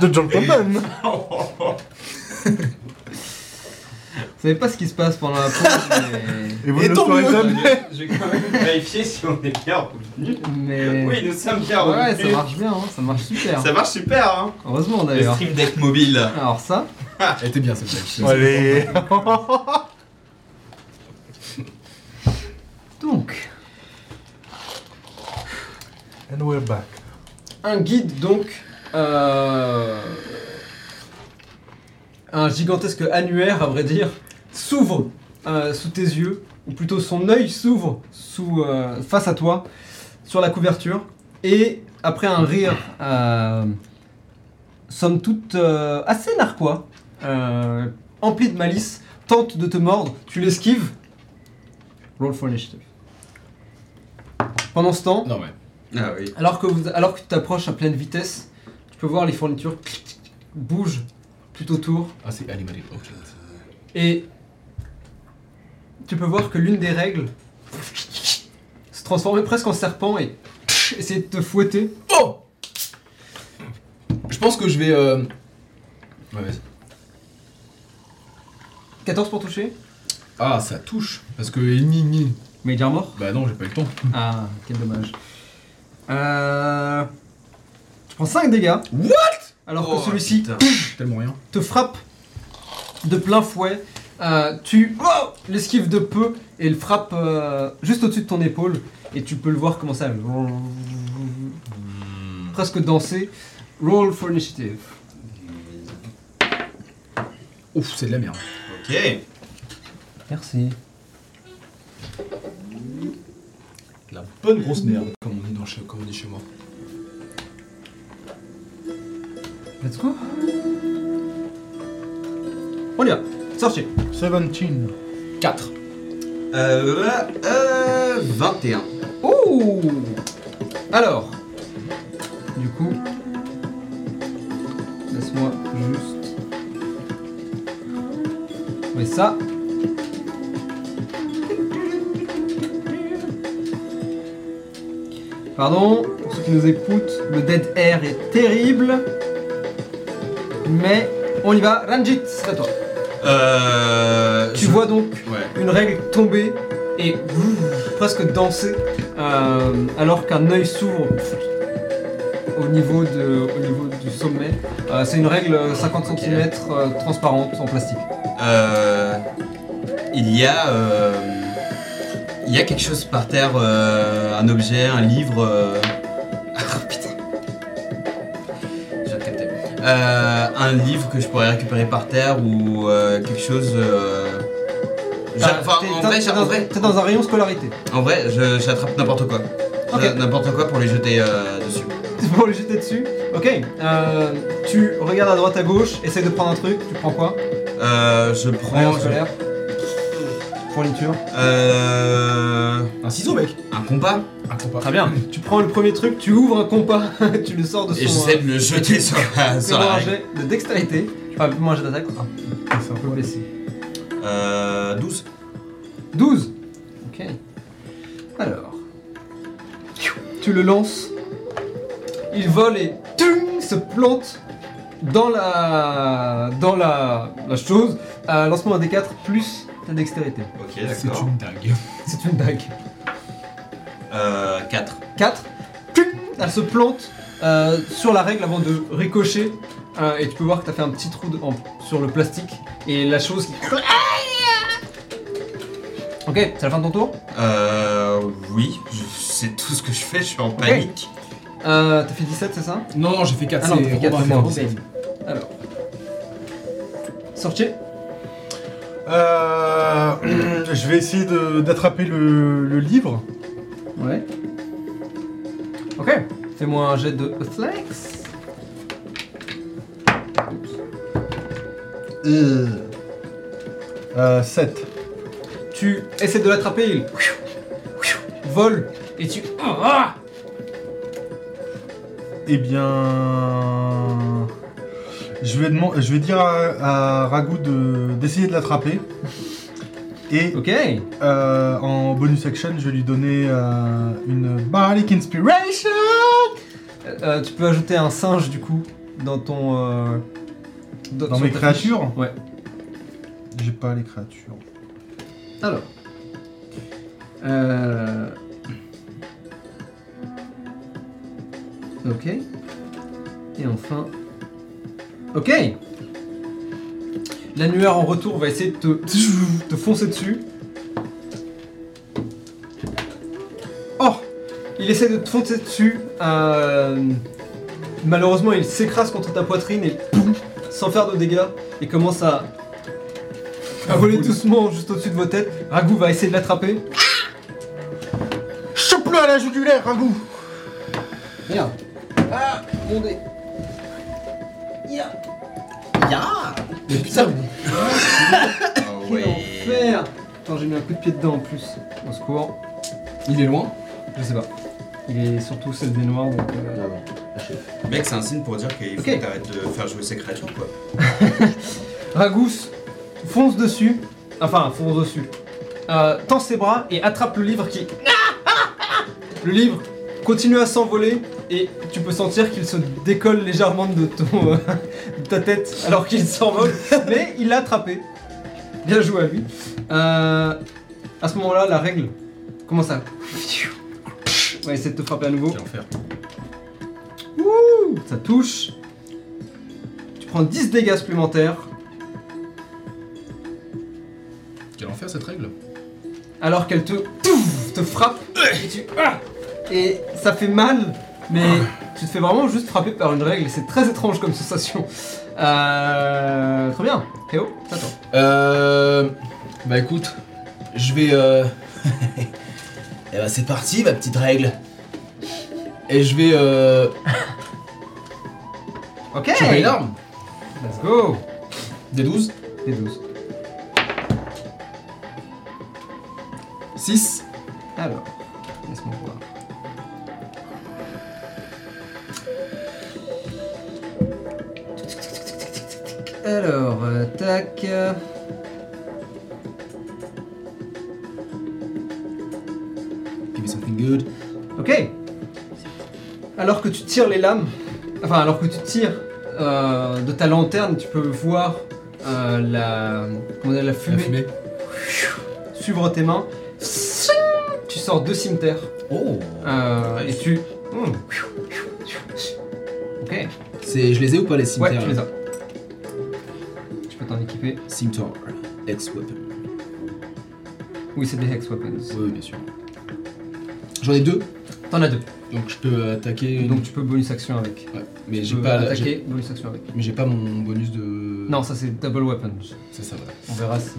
de gentleman. Vous savez pas ce qui se passe pendant la pause, Et vous Et ne le tant saurez mieux. jamais. Je vais quand même vérifier si on est bien revenu. Euh, mais. mais... Oui, nous sommes bien ouais, revenus. ça marche bien, hein, ça marche super. Ça marche super, hein. Heureusement Le d'ailleurs. stream deck mobile. Alors ça, Elle était bien cette blague. Allez. donc, And we're back. Un guide donc. euh, un gigantesque annuaire, à vrai dire, s'ouvre euh, sous tes yeux, ou plutôt son œil s'ouvre sous, euh, face à toi, sur la couverture, et après un rire, euh, somme toute euh, assez narquois, euh, empli de malice, tente de te mordre, tu l'esquives. Roll for initiative. Pendant ce temps, Non ouais. Ah oui. alors que, vous, alors que tu t'approches à pleine vitesse, tu peux voir les fournitures clic, clic, clic, bougent tout autour. Ah c'est animated object. Et tu peux voir que l'une des règles se transformait presque en serpent et essayer de te fouetter. Oh Je pense que je vais. Euh... Ouais vas-y. 14 pour toucher. Ah ça touche parce que ni ni. Mais déjà mort. Bah non j'ai pas eu le temps. Ah, quel dommage. Euh, tu prends 5 dégâts. What Alors Oh, que celui-ci putain. Tellement rien. te frappe de plein fouet. Euh, tu oh l'esquive de peu et le frappe euh, juste au-dessus de ton épaule. Et tu peux le voir commencer à presque danser. Roll for initiative. Ouf c'est de la merde. Ok. Merci. La bonne grosse merde comme on dit dans chez, comme on dit chez moi. Let's go. On y va. Sortez. 17. 4. Euh, euh, 21. Oh Alors, du coup, laisse-moi juste. Mais ça. Pardon, pour ceux qui nous écoutent, le dead air est terrible. Mais on y va. Ranjit, c'est à toi. Euh. Tu je- vois donc Ouais. une règle tomber et presque danser euh, alors qu'un œil s'ouvre au niveau, de, au niveau du sommet. Euh, c'est une règle 50 cm transparente en plastique. Euh. Il y a. Euh, il y a quelque chose par terre. euh, un objet, un livre. euh, Ah putain. Je viens de capter. Euh, un livre que je pourrais récupérer par terre ou euh, quelque chose. euh, j'a- enfin, Bah, T'es- en t'es- vrai, t'es j'a- en dans- vrai, T'es dans un rayon scolarité. en vrai, je- j'attrape n'importe quoi. Ok. J'a- N'importe quoi pour les jeter euh, dessus. Pour le jeter dessus. Ok. euh, tu regardes à droite à gauche, essaye de prendre un truc. Tu prends quoi Euh, je Rayon prends. scolaire. Fourniture. Euh, Un ciseau mec. un compas Un compas. Très bien. Tu prends le premier truc, tu ouvres un compas, tu le sors de son. euh, et euh, j'essaie de le jeter sur la, sur C'est la un règle. jet de dextérité. Enfin, moi j'ai d'attaque. Ah, c'est un peu blessé. Euh, 12. 12 Ok. Alors. Tu le lances. Il vole et tung, se plante dans la. dans la. la chose. Euh, Lance-moi un D4 plus ta dextérité. Ok, C'est une dingue. C'est une dague. Euh, 4. 4. Tung, elle se plante euh, sur la règle avant de ricocher. Euh, et tu peux voir que t'as fait un petit trou de- en- sur le plastique. Et la chose qui. Ok, c'est la fin de ton tour Euh, oui, je- c'est tout ce que je fais, je suis en panique. Euh, T'as fait 17, c'est ça Non non j'ai fait 4 Ah non, c'est t'as fait quatre, Robin c'est Robin. Robin. Alors. Sortez. Euh, je vais essayer de- d'attraper le, le livre. Ouais. Ok. Fais-moi un jet de flex. Euh, 7. Tu essaies de l'attraper, il vole et tu. Ah Eh bien. Je vais, deman- je vais dire à, à Ragout de- d'essayer de, l'attraper. Et ok. euh, en bonus action, je vais lui donner euh, une Bardic Inspiration euh, tu peux ajouter un singe du coup dans ton. euh, Dans sur mes ta créatures Ouais. J'ai pas les créatures. Alors. Euh... Ok. Et enfin. Ok L'annuaire en retour va essayer de te, te foncer dessus. Oh Il essaie de te foncer dessus. euh, Malheureusement, il s'écrase contre ta poitrine et poum, sans faire de dégâts, et commence à, à voler doucement juste au-dessus de vos têtes. Ragou va essayer de l'attraper. Chope-le à la jugulaire, Ragou Merde. Ah, mon dé. Ya. Ya. Mais putain, Ah Quel ouais. enfer Attends, j'ai mis un coup de pied dedans en plus. Au secours. il est loin. Je sais pas. Il est surtout celle des noirs, donc. euh, Non, non. Lâchez. Mec, c'est un signe pour dire qu'il faut Ok. que t'arrêtes de faire jouer ces créatures, quoi. Ragousse fonce dessus, enfin fonce dessus, Euh, tend ses bras et attrape le livre qui. Le livre continue à s'envoler et tu peux sentir qu'il se décolle légèrement de, ton, euh, de ta tête alors qu'il s'envole, mais il l'a attrapé. Bien joué à lui. Euh, à ce moment-là, la règle commence à. On va essayer de te frapper à nouveau. Quel enfer. Ouh, Ça touche. Tu prends 10 dégâts supplémentaires. Quel enfer cette règle alors qu'elle te, pouf, te frappe et tu- ah et ça fait mal, mais tu te fais vraiment juste frapper par une règle. C'est très étrange comme sensation. Euh, très bien. Théo, attends. Euh. Bah écoute, je vais. Euh... eh bah c'est parti, ma petite règle. Et je vais. Euh... Ok. Tu as une arme Let's go. Des 12 Des 12. 6 Alors, laisse-moi voir. Alors, euh, tac. euh. Give me something good. Ok. Alors que tu tires les lames, enfin alors que tu tires euh, de ta lanterne, tu peux voir euh, la, comment dire, la La fumée fumée. suivre tes mains. Tu sors deux cimetières Oh euh, Nice. et tu. Ok. C'est... Je les ai ou pas les Ouais, cimetières tu les as. Tu peux t'en équiper. Cimetière. Ex-weapon. Oui, c'est des hex weapons. Oui, bien sûr. J'en ai deux, T'en as deux. donc je peux attaquer. Donc tu peux bonus action avec. Ouais, mais Tu j'ai peux pas. la- attaquer, j'ai- bonus action avec. Mais j'ai pas mon bonus de. Non, ça c'est double weapon. C'est ça, voilà. On verra si.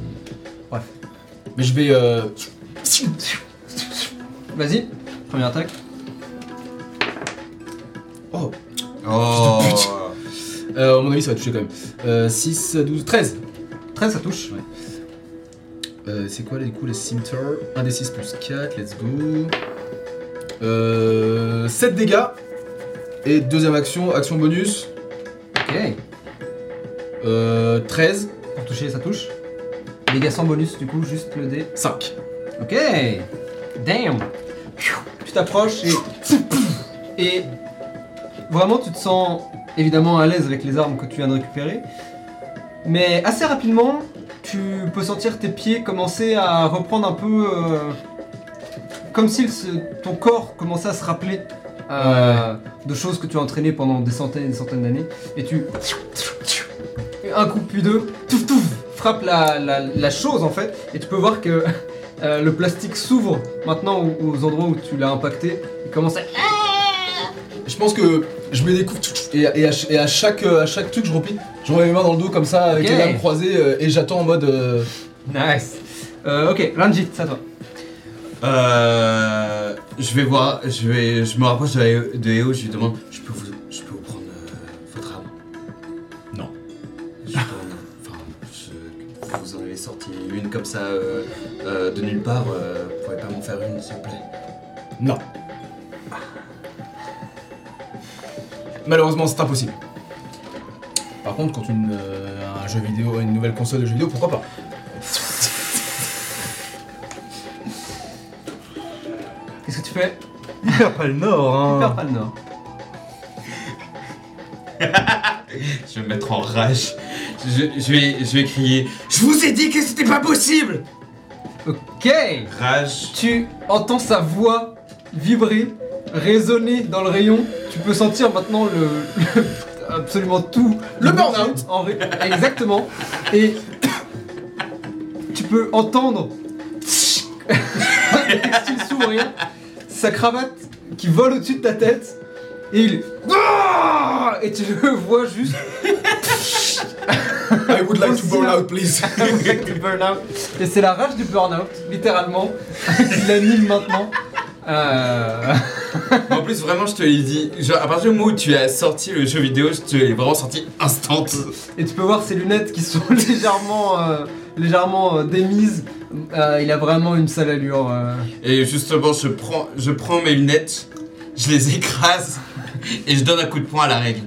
Mais je vais. Euh... Vas-y, première attaque. Oh Oh. Euh, à mon avis, ça va toucher quand même. Euh, 6, 12, 13 13, ça touche. Euh, c'est quoi les coups les Simter 1 des 6 plus 4, let's go. Euh, 7 dégâts. Et deuxième action, action bonus. Ok. Euh, 13, Pour toucher, ça touche. Dégâts sans bonus, du coup, juste le dé. 5. Ok. Damn. Tu t'approches et. Et. Vraiment, tu te sens évidemment à l'aise avec les armes que tu viens de récupérer. Mais assez rapidement, tu peux sentir tes pieds commencer à reprendre un peu. euh, comme si le- ton corps commençait à se rappeler euh, de choses que tu as entraînées pendant des centaines et des centaines d'années. Et tu. et Un coup puis deux, touf touf, frappe la, la- la chose en fait, et tu peux voir que euh, le plastique s'ouvre maintenant aux, aux endroits où tu l'as impacté. Il commence à. Je pense que je me découvre et, et à, ch- et à chaque, euh, à chaque truc, je replie. Je remets mes mains dans le dos comme ça, avec Ok. les lames croisées, euh, et j'attends en mode. euh, Nice. Euh, ok, Ranjit, c'est à toi. Euh, je vais voir, je vais, je me rapproche de, Eo- de Eo, je lui demande, je peux vous, je peux vous prendre euh, votre arme Non. Je peux- enfin, je- vous en avez sorti une comme ça euh, euh, de nulle part, euh, vous pouvez pas m'en faire une s'il vous plaît Non. Malheureusement, c'est impossible. Par contre, quand une, euh, un jeu vidéo, une nouvelle console de jeu vidéo, pourquoi pas Qu'est-ce que tu fais Il perd pas le nord, Tu perds hein pas le nord. Je vais me mettre en rage. Je, je vais, je vais crier Je vous ai dit que c'était pas possible Ok Rage. Tu entends sa voix vibrer, résonner dans le rayon. Tu peux sentir maintenant le, le- absolument tout. Le bullshit en ré- Exactement. Et tu peux entendre le textile s'ouvrir, sa cravate qui vole au-dessus de ta tête. Et il. Ah Et tu le vois juste. I would like to burn out, please. du burn-out. Et c'est la rage du burn-out, littéralement, qui l'anime maintenant. Euh... En plus, vraiment, je te l'ai dit. Genre, à partir du moment où tu as sorti le jeu vidéo, je te l'ai vraiment sorti instant. Et tu peux voir ses lunettes qui sont légèrement, euh, légèrement euh, démises. Euh, il a vraiment une sale allure. euh. Et justement, je prends, je prends mes lunettes, je les écrase et je donne un coup de poing à la règle.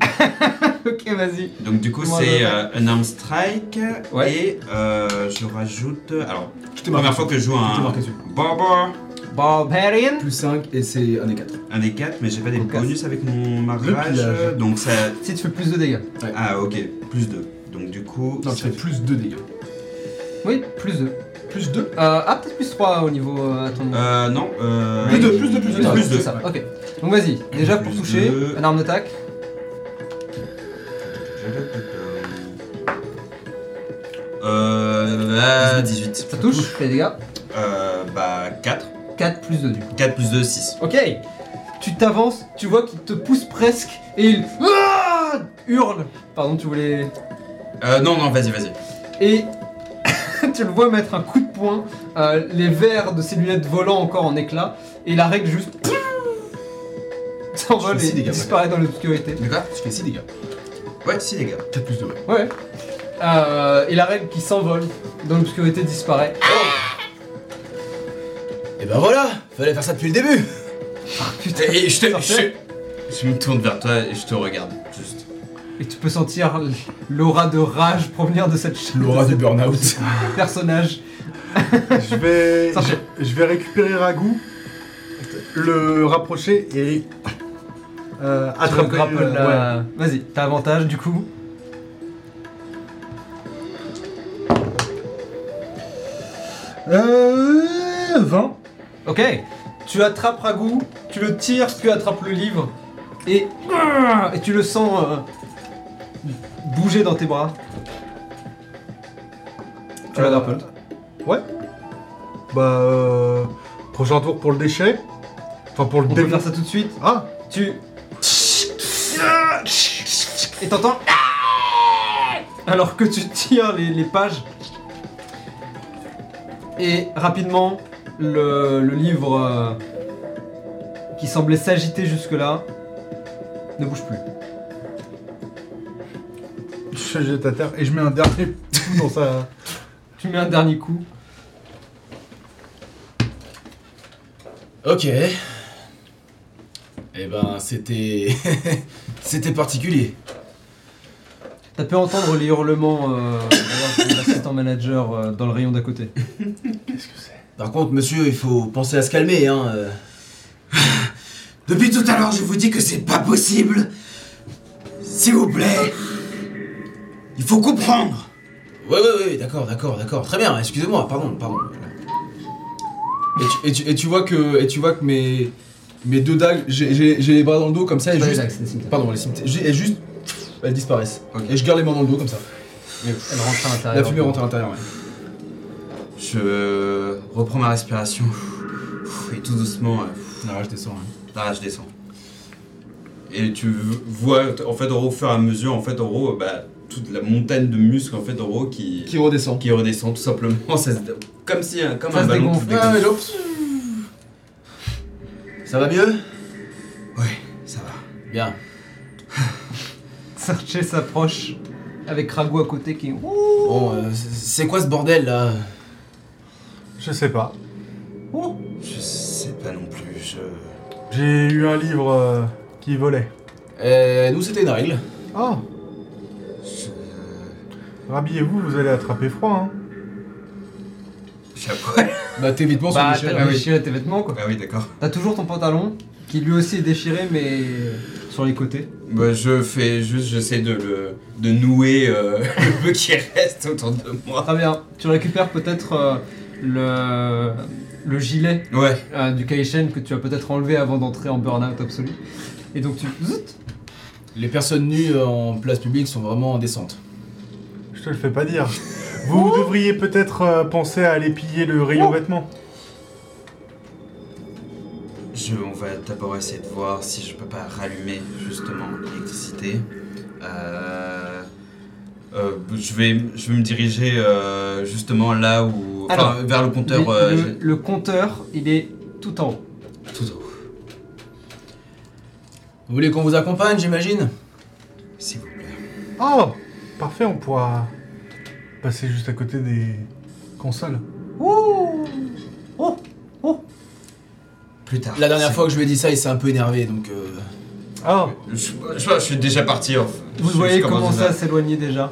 Ok, vas-y. Donc, du coup, Moi, c'est je- euh, un arm strike. Ouais. Et euh, je rajoute. Alors, Je t'ai première fois que je joue Je t'ai un. marqué dessus. Barbar. Barbarian. Plus 5 et c'est un des 4. Un des 4, mais j'ai pas des Donc, bonus avec mon Le mariage. pillage. Donc, ça. Si tu fais plus de dégâts. Ah, ok, plus 2. Donc, du coup. Non, ça tu fais fait- plus 2 dégâts. Oui, plus 2. Plus 2 ah, peut-être plus 3 au niveau euh, à ton niveau. Euh, non. Euh... Plus deux, plus deux, plus deux. Plus C'est deux. ça, ok. Donc vas-y, déjà pour Plus toucher, deux. une arme d'attaque. Euh. 18. Ça touche, fais des dégâts. Euh. Bah, 4. 4 plus 2 du coup. 4 plus 2, 6. Ok, tu t'avances, tu vois qu'il te pousse presque et il Ah hurle. Pardon, tu voulais. Euh, non, non, vas-y, vas-y. Et tu le vois mettre un coup de poing, euh, les verres de ses lunettes volant encore en éclats, et la règle juste. s'envole Je fais six et dégâts, ouais. disparaît dans l'obscurité. D'accord Tu fais 6 dégâts. Ouais, si, les gars. 4 plus 2, ouais. Ouais. Euh, et la règle qui s'envole dans l'obscurité disparaît. Et ben voilà Fallait faire ça depuis le début Putain. Et je te. Parfait. Je... je me tourne vers toi et je te regarde. Juste. Et tu peux sentir l'aura de rage provenir de cette ch- L'aura de du burn-out. ce personnage. Je vais, Ça je, je vais récupérer Ragout, le rapprocher et euh, Tu attraper. grappes euh, ouais. la- Vas-y, t'as avantage du coup. Euh, 20. Ok, tu attrapes Ragout, tu le tires, tu attrapes le livre, et, et tu le sens euh, bouger dans tes bras. Tu l'as grapple. Bah, euh, prochain tour pour le déchet. Enfin, pour le On peut faire développer. ça tout de suite. Ah, Tu. Et t'entends. Alors que tu tires les, les pages. Et rapidement, le, le livre euh, qui semblait s'agiter jusque-là ne bouge plus. je jette à terre et je mets un dernier coup dans sa. Tu mets un dernier coup. Ok. Eh ben, c'était. c'était particulier. T'as pu entendre les hurlements euh, de l'assistant manager euh, dans le rayon d'à côté. Par contre, monsieur, il faut penser à se calmer, hein. euh. Depuis tout à l'heure, je vous dis que c'est pas possible. S'il vous plaît. Il faut comprendre. Ouais, ouais, ouais, d'accord, d'accord, d'accord. Très bien, excusez-moi, pardon, pardon. Et tu, et tu- et tu vois que, et tu vois que mes, mes deux dagues, j'ai- j'ai j'ai les bras dans le dos comme ça, et Pas les juste. axes, les cimetières. Pardon, les cimetières. j'ai- Elles juste. Elles disparaissent. Ok. Et je garde les mains dans le dos comme ça. Ah, Elle rentre à l'intérieur. La fumée rentre à l'intérieur, ouais. Je reprends ma respiration. Et tout doucement. euh, Ah, je descends, ouais. hein. Là, je descends. Et tu vois, en fait, en gros, au fur et à mesure, en fait, en gros, bah, toute la montagne de muscles, en fait, en gros, qui, Qui redescend. qui redescend tout simplement. Ça se- comme si, un- comme Ça un se ballon qui se dégonfle. Ah, dégonfle. ouais, genre, Ça va mieux Ouais, ça va. Bien. Sarché s'approche avec Rago à côté qui. Bon, euh, c'est- c'est quoi ce bordel là Je sais pas. Je sais pas non plus. Je... J'ai eu un livre euh, qui volait. euh, Nous, c'était une règle. Ah, Je. rhabillez-vous, vous allez attraper froid. Hein. Chapeau. Bah, t'es vêtements sont Bah, déchirés. ah t'as déchiré tes vêtements quoi. Ah oui, d'accord. T'as toujours ton pantalon, qui lui aussi est déchiré, mais sur les côtés. Bah, je fais juste, j'essaie de le, de nouer euh, le peu qui reste autour de moi. Très bien. Tu récupères peut-être euh, le, le gilet Ouais. euh, du Kaishen que tu as peut-être enlevé avant d'entrer en burn-out absolu. Et donc tu. zout Les personnes nues euh, en place publique sont vraiment indécentes. Je te le fais pas dire. Vous devriez peut-être euh, penser à aller piller le rayon vêtements. Je, on va d'abord essayer de voir si je peux pas rallumer justement l'électricité. Euh, euh, je, vais, je vais me diriger euh, justement là où. enfin, Alors, vers le compteur. Mais euh, le, j'ai- le compteur, il est tout en haut. Tout haut, Vous voulez qu'on vous accompagne, j'imagine s'il vous plaît. Oh Parfait, on pourra passer juste à côté des consoles. Oh. Plus tard. La dernière c'est- fois que je lui ai dit ça, il s'est un peu énervé, donc... euh, Ah Je, je- je suis déjà parti. en fait. Vous Je- je voyez commence comment déjà. ça s'éloigner déjà.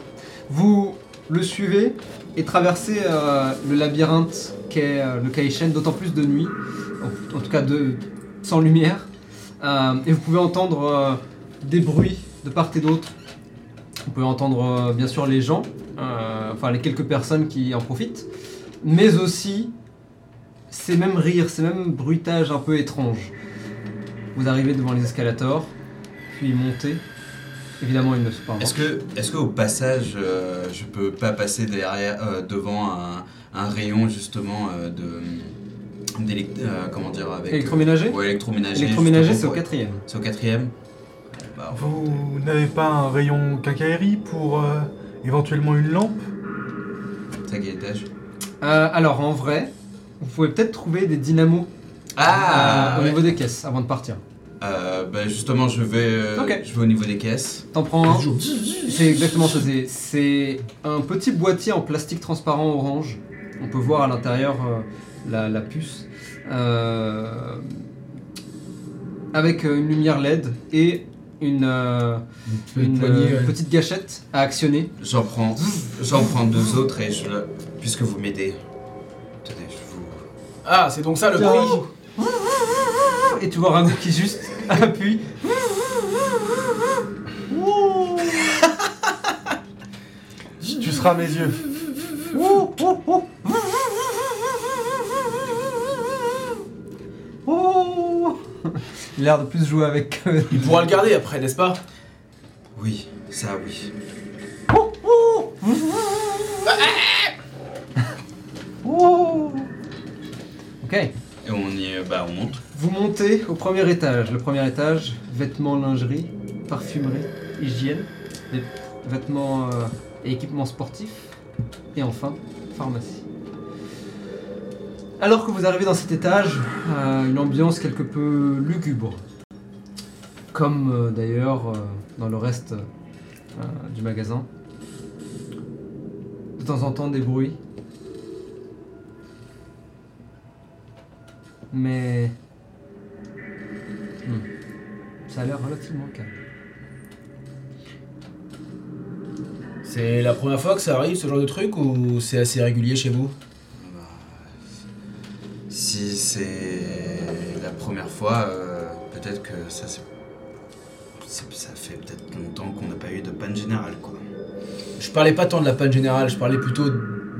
Vous le suivez et traversez euh, le labyrinthe qu'est euh, le Kaishen, d'autant plus de nuit, en, en tout cas de, sans lumière. Euh, et vous pouvez entendre euh, des bruits de part et d'autre. Vous pouvez entendre euh, bien sûr les gens, euh, enfin les quelques personnes qui en profitent, mais aussi ces mêmes rires, ces mêmes bruitages un peu étranges. Vous arrivez devant les escalators, puis montez. Évidemment, ils ne sont pas morts. Est-ce que, est-ce que au passage, euh, je peux pas passer derrière, euh, devant un, un rayon justement euh, de d'élect- euh, comment dire avec euh, Électroménager Ouais, électroménager. Électroménager, c'est justement, au pour- quatrième. C'est au quatrième. Bah, enfin, Vous n'avez pas un rayon quincaillerie pour euh, éventuellement une lampe ça qui est étage. Euh, alors, en vrai, vous pouvez peut-être trouver des dynamos Ah euh, au ouais. niveau des caisses avant de partir. Euh, bah, justement, je vais, euh, Ok. je vais au niveau des caisses. T'en prends un. C'est exactement ça. c'est- C'est un petit boîtier en plastique transparent orange. On peut voir à l'intérieur euh, la, la puce. Euh, avec euh, une lumière LED et une, euh, une, euh, petite gâchette à actionner. J'en prends, j'en prends deux autres et je, puisque vous m'aidez, tenez, je vous. Ah, c'est donc ça le Tiens. bruit Et tu vois Rango qui juste appuie. Tu seras à mes yeux. Oh, oh, oh. Oh. Il a l'air de plus jouer avec. euh, Il pourra le garder après, n'est-ce pas Oui, ça oui. Oh. Ok. Et on y, euh, bah, on monte. Vous montez au premier étage. Le premier étage, vêtements, lingerie, parfumerie, hygiène, des vêtements euh, et équipements sportifs, et enfin, pharmacie. Alors que vous arrivez dans cet étage, euh, une ambiance quelque peu lugubre. Comme euh, d'ailleurs euh, dans le reste euh, du magasin. De temps en temps des bruits. Mais ça a l'air relativement calme. C'est la première fois que ça arrive, ce genre de truc, ou c'est assez régulier chez vous Si c'est la première fois, euh, peut-être que ça c'est. c'est- Ça fait peut-être longtemps qu'on n'a pas eu de panne générale, quoi. Je parlais pas tant de la panne générale, je parlais plutôt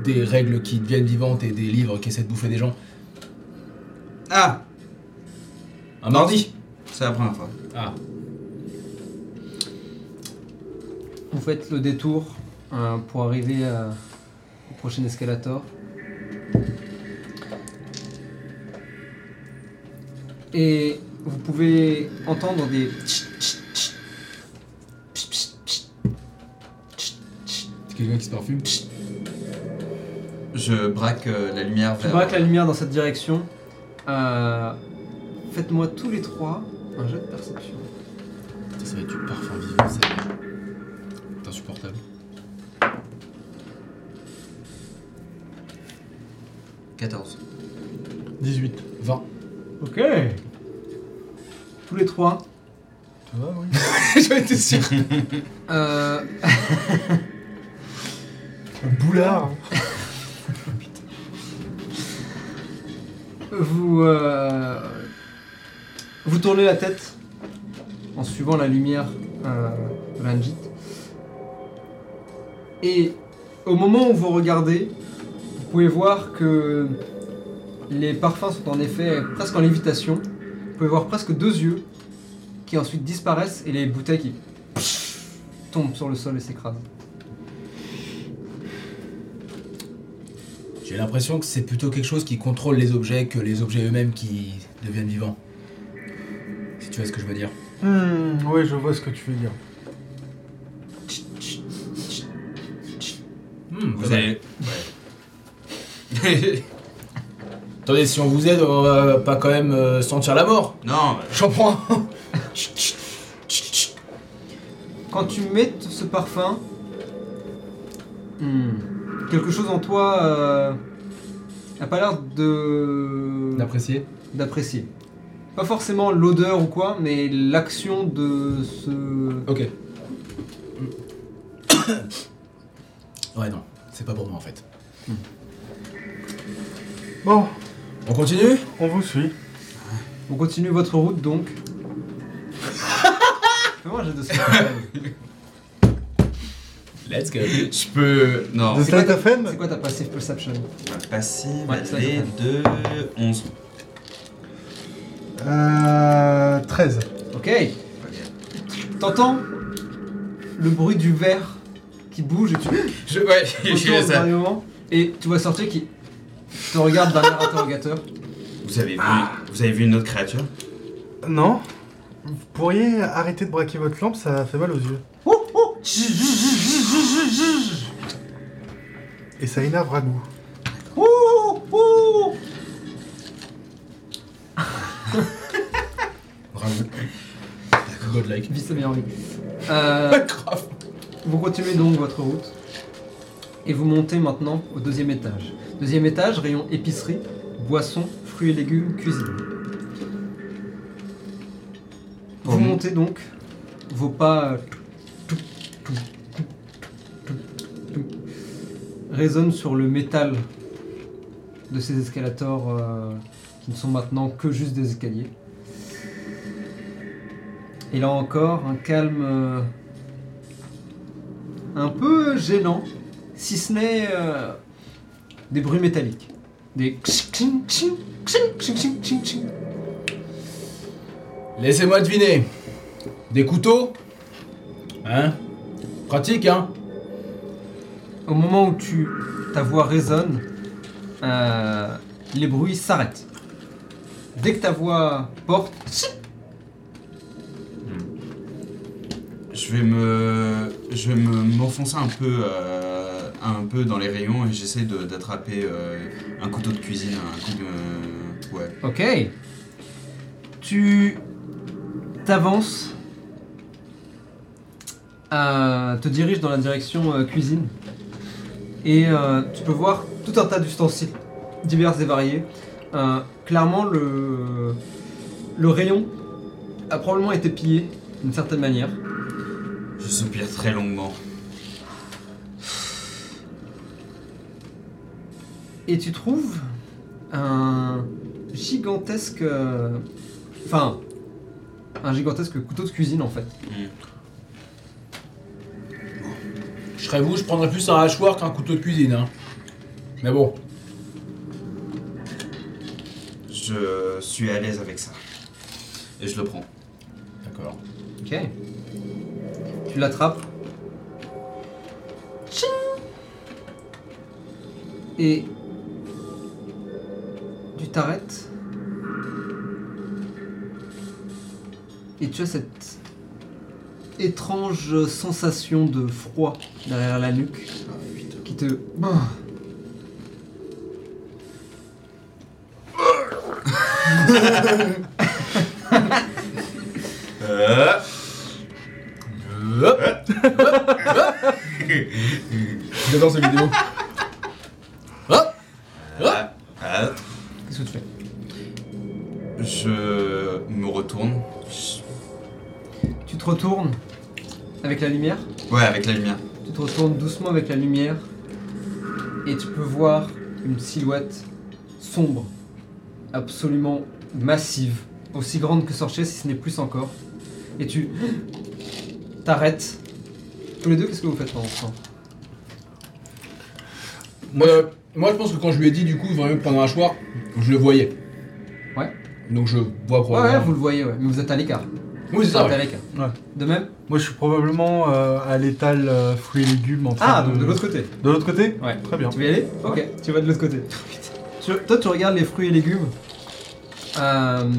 des règles qui deviennent vivantes et des livres qui essaient de bouffer des gens. Ah Un mardi C'est la première fois. Ah. Vous faites le détour euh, pour arriver à- au prochain escalator. Et vous pouvez entendre des tch, tch, tch, pch, pch, pch, tch, tch. C'est quelqu'un qui se parfume Je braque euh, la lumière Tu vers. braques la lumière dans cette direction. Euh, Faites-moi tous les trois un jet de perception. Ça, ça va être du parfum vivant, ça. C'est insupportable. lumière. 14. 18. 20. Ok. Tous les trois. Ça va, oui J'en étais sûr Euh, Boulard Vous, euh, Vous tournez la tête en suivant la lumière euh, de l'Anjit. Et au moment où vous regardez, vous pouvez voir que les parfums sont en effet presque en lévitation. Vous pouvez voir presque deux yeux qui ensuite disparaissent et les bouteilles qui tombent sur le sol et s'écrasent. J'ai l'impression que c'est plutôt quelque chose qui contrôle les objets que les objets eux-mêmes qui deviennent vivants. Si tu vois ce que je veux dire. Hmm, oui, je vois ce que tu veux dire. Hmm, pas Vous mal. allez. Attendez, si on vous aide, on va pas quand même euh, sentir la mort. non, bah, J'en prends. Quand tu mets t- ce parfum, hmm, quelque chose en toi euh, a pas l'air de D'apprécier. d'apprécier. Pas forcément l'odeur ou quoi, mais l'action de ce. Ok. ouais, non, c'est pas pour moi en fait. Bon, On continue on vous suit. On continue votre route donc. Fais-moi un jet de survival. Let's go. je peux. Non. De C'est quoi Sleight ta- of Hand C'est quoi ta passive perception Passive, Ouais, ça, les ça. deux, 11. Euh. 13. Ok. T'entends le bruit du verre qui bouge et tu Je, ouais, je fais retournes au ça. dernier moment et tu vois sortir qui te regarde d'un air interrogateur. Vous avez vu, vous avez vu une autre créature Non. Vous pourriez arrêter de braquer votre lampe, ça fait mal aux yeux. Et ça énerve Ragou. Ouh, ouh. Bravo. D'accord. Godlike. Vis sa meilleure vie. Euh, Grave. Vous continuez donc votre route et vous montez maintenant au deuxième étage. Deuxième étage, rayon épicerie, boissons, fruits et légumes, cuisine. Vous Mhm. montez donc vos pas euh, tout, tout, tout, tout, tout, résonnent sur le métal de ces escalators euh, qui ne sont maintenant que juste des escaliers. Et là encore, un calme euh, un peu gênant, si ce n'est euh, des bruits métalliques. Des kshing, kshing, kshing, kshing, kshing, kshing, kshing, kshing. Laissez-moi deviner. Des couteaux Hein Pratique, hein Au moment où tu, ta voix résonne, euh, les bruits s'arrêtent. Dès que ta voix porte, Je vais me, je vais me m'enfoncer un peu, euh, un peu dans les rayons et j'essaie de- d'attraper euh, un couteau de cuisine, un coup de, ouais. Ok. Tu t'avances, euh, te diriges dans la direction euh, cuisine et euh, tu peux voir tout un tas d'ustensiles divers et variés. Euh, clairement, le, le rayon a probablement été pillé d'une certaine manière. Je soupire très longuement. et tu trouves un gigantesque. euh, Enfin, un gigantesque couteau de cuisine en fait. Hmm. Je serais vous, je prendrais plus un hachoir qu'un couteau de cuisine, hein. Mais bon, Je suis à l'aise avec ça et je le prends. d'accord. Ok. Tu l'attrapes. Tching Et tu t'arrêtes. Et tu as cette étrange sensation de froid derrière la nuque qui te... Oh, Euh, Hop J'adore cette vidéo. Hop ah, ah. Qu'est-ce que tu fais Je me retourne. Je- Tu te retournes avec la lumière. Ouais, avec la lumière. Tu te retournes doucement avec la lumière et tu peux voir une silhouette sombre, absolument massive, aussi grande que Sorcier, si ce n'est plus encore. Et tu t'arrêtes. Tous les deux, qu'est-ce que vous faites pendant ce temps Moi, moi, je pense que quand je lui ai dit, du coup, il vaut mieux prendre un choix, je le voyais. Ouais. Donc je vois Ouais, ouais, probablement. vous le voyez, ouais. mais vous êtes à l'écart. Oui, c'est ça. Vous êtes à ouais. l'écart. Ouais. De même Moi, je suis probablement euh, à l'étal euh, fruits et légumes en train Ah, donc de l'autre côté. De l'autre côté Ouais. Oh, Très bien. Tu veux y aller Ok, tu vas de l'autre côté. Tu- toi, tu regardes les fruits et légumes. Euh,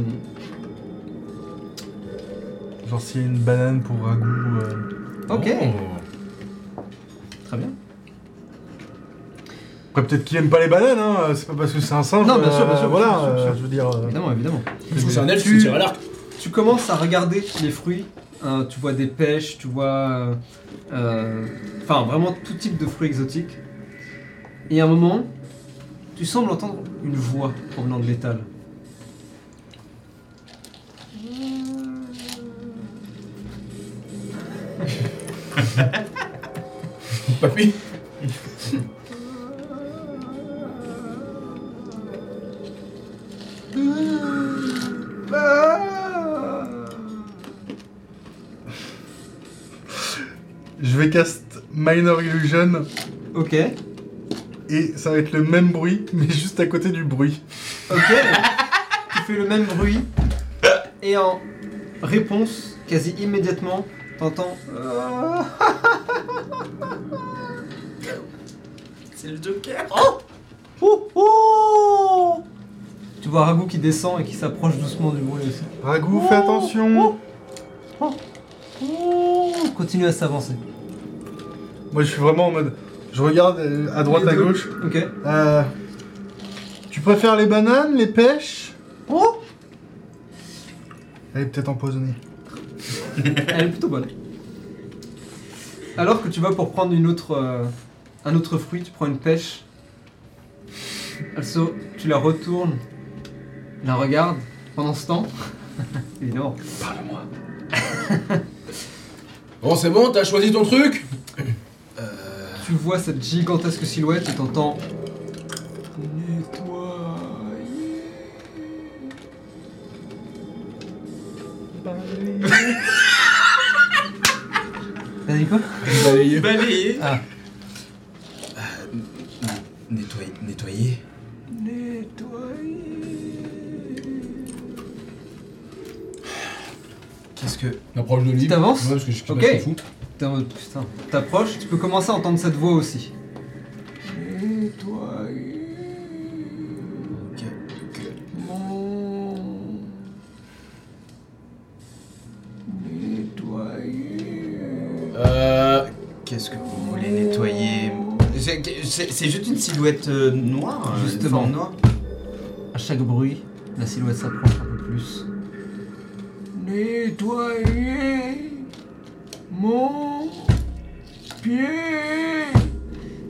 Genre, s'il y a une banane pour ragoût. euh, ok, Oh. très bien. Après, peut-être qu'il aime pas les bananes, hein. euh, C'est pas parce que c'est un singe. Non, bien sûr, bien euh, sûr, Voilà, bien sûr, bien euh, sûr. je veux dire. euh, Évidemment, évidemment. Du coup, c'est un elfe Tu- qui tire à l'arc. Tu commences à regarder les fruits. hein, tu vois des pêches, tu vois. euh, euh, Enfin, vraiment tout type de fruits exotiques. Et à un moment, tu sembles entendre une voix provenant de l'étal. Papy. Ah Je vais cast Minor Illusion Ok, et ça va être le même bruit, mais juste à côté du bruit. ok. tu fais le même bruit. Et en réponse, quasi immédiatement, t'entends. euh, C'est le Joker. Oh Ouh, ouh Oh Tu vois Ragout qui descend et qui s'approche doucement du bruit aussi. Ragoût, fais attention Ouh, Oh Continue à s'avancer. Moi, je suis vraiment en mode. Je regarde euh, à droite, Les à deux. gauche. Ok. Euh, tu préfères les bananes, les pêches Oh Elle est peut-être empoisonnée. Elle est plutôt bonne. Alors que tu vas pour prendre une autre, euh, un autre fruit, tu prends une pêche. Elle se, tu la retournes, la regardes pendant ce temps. Évidemment. Bon, c'est bon, t'as choisi ton truc. Tu vois cette gigantesque silhouette et t'entends. Nettoyer. T'as dit quoi Balayé. Balayé. Ah. Nettoyer. Nettoyer. Qu'est-ce que. Approche de lui. Tu t'avances Ouais, parce que je suis Ok. pas fou. T'es en mode, putain, t'approches, tu peux commencer à entendre cette voix aussi. Euh. Qu'est-ce que vous voulez nettoyer C'est c'est- c'est juste une silhouette euh, noire, euh, une Justement. forme noire. À chaque bruit, la silhouette s'approche un peu plus. Nettoyer mon pied.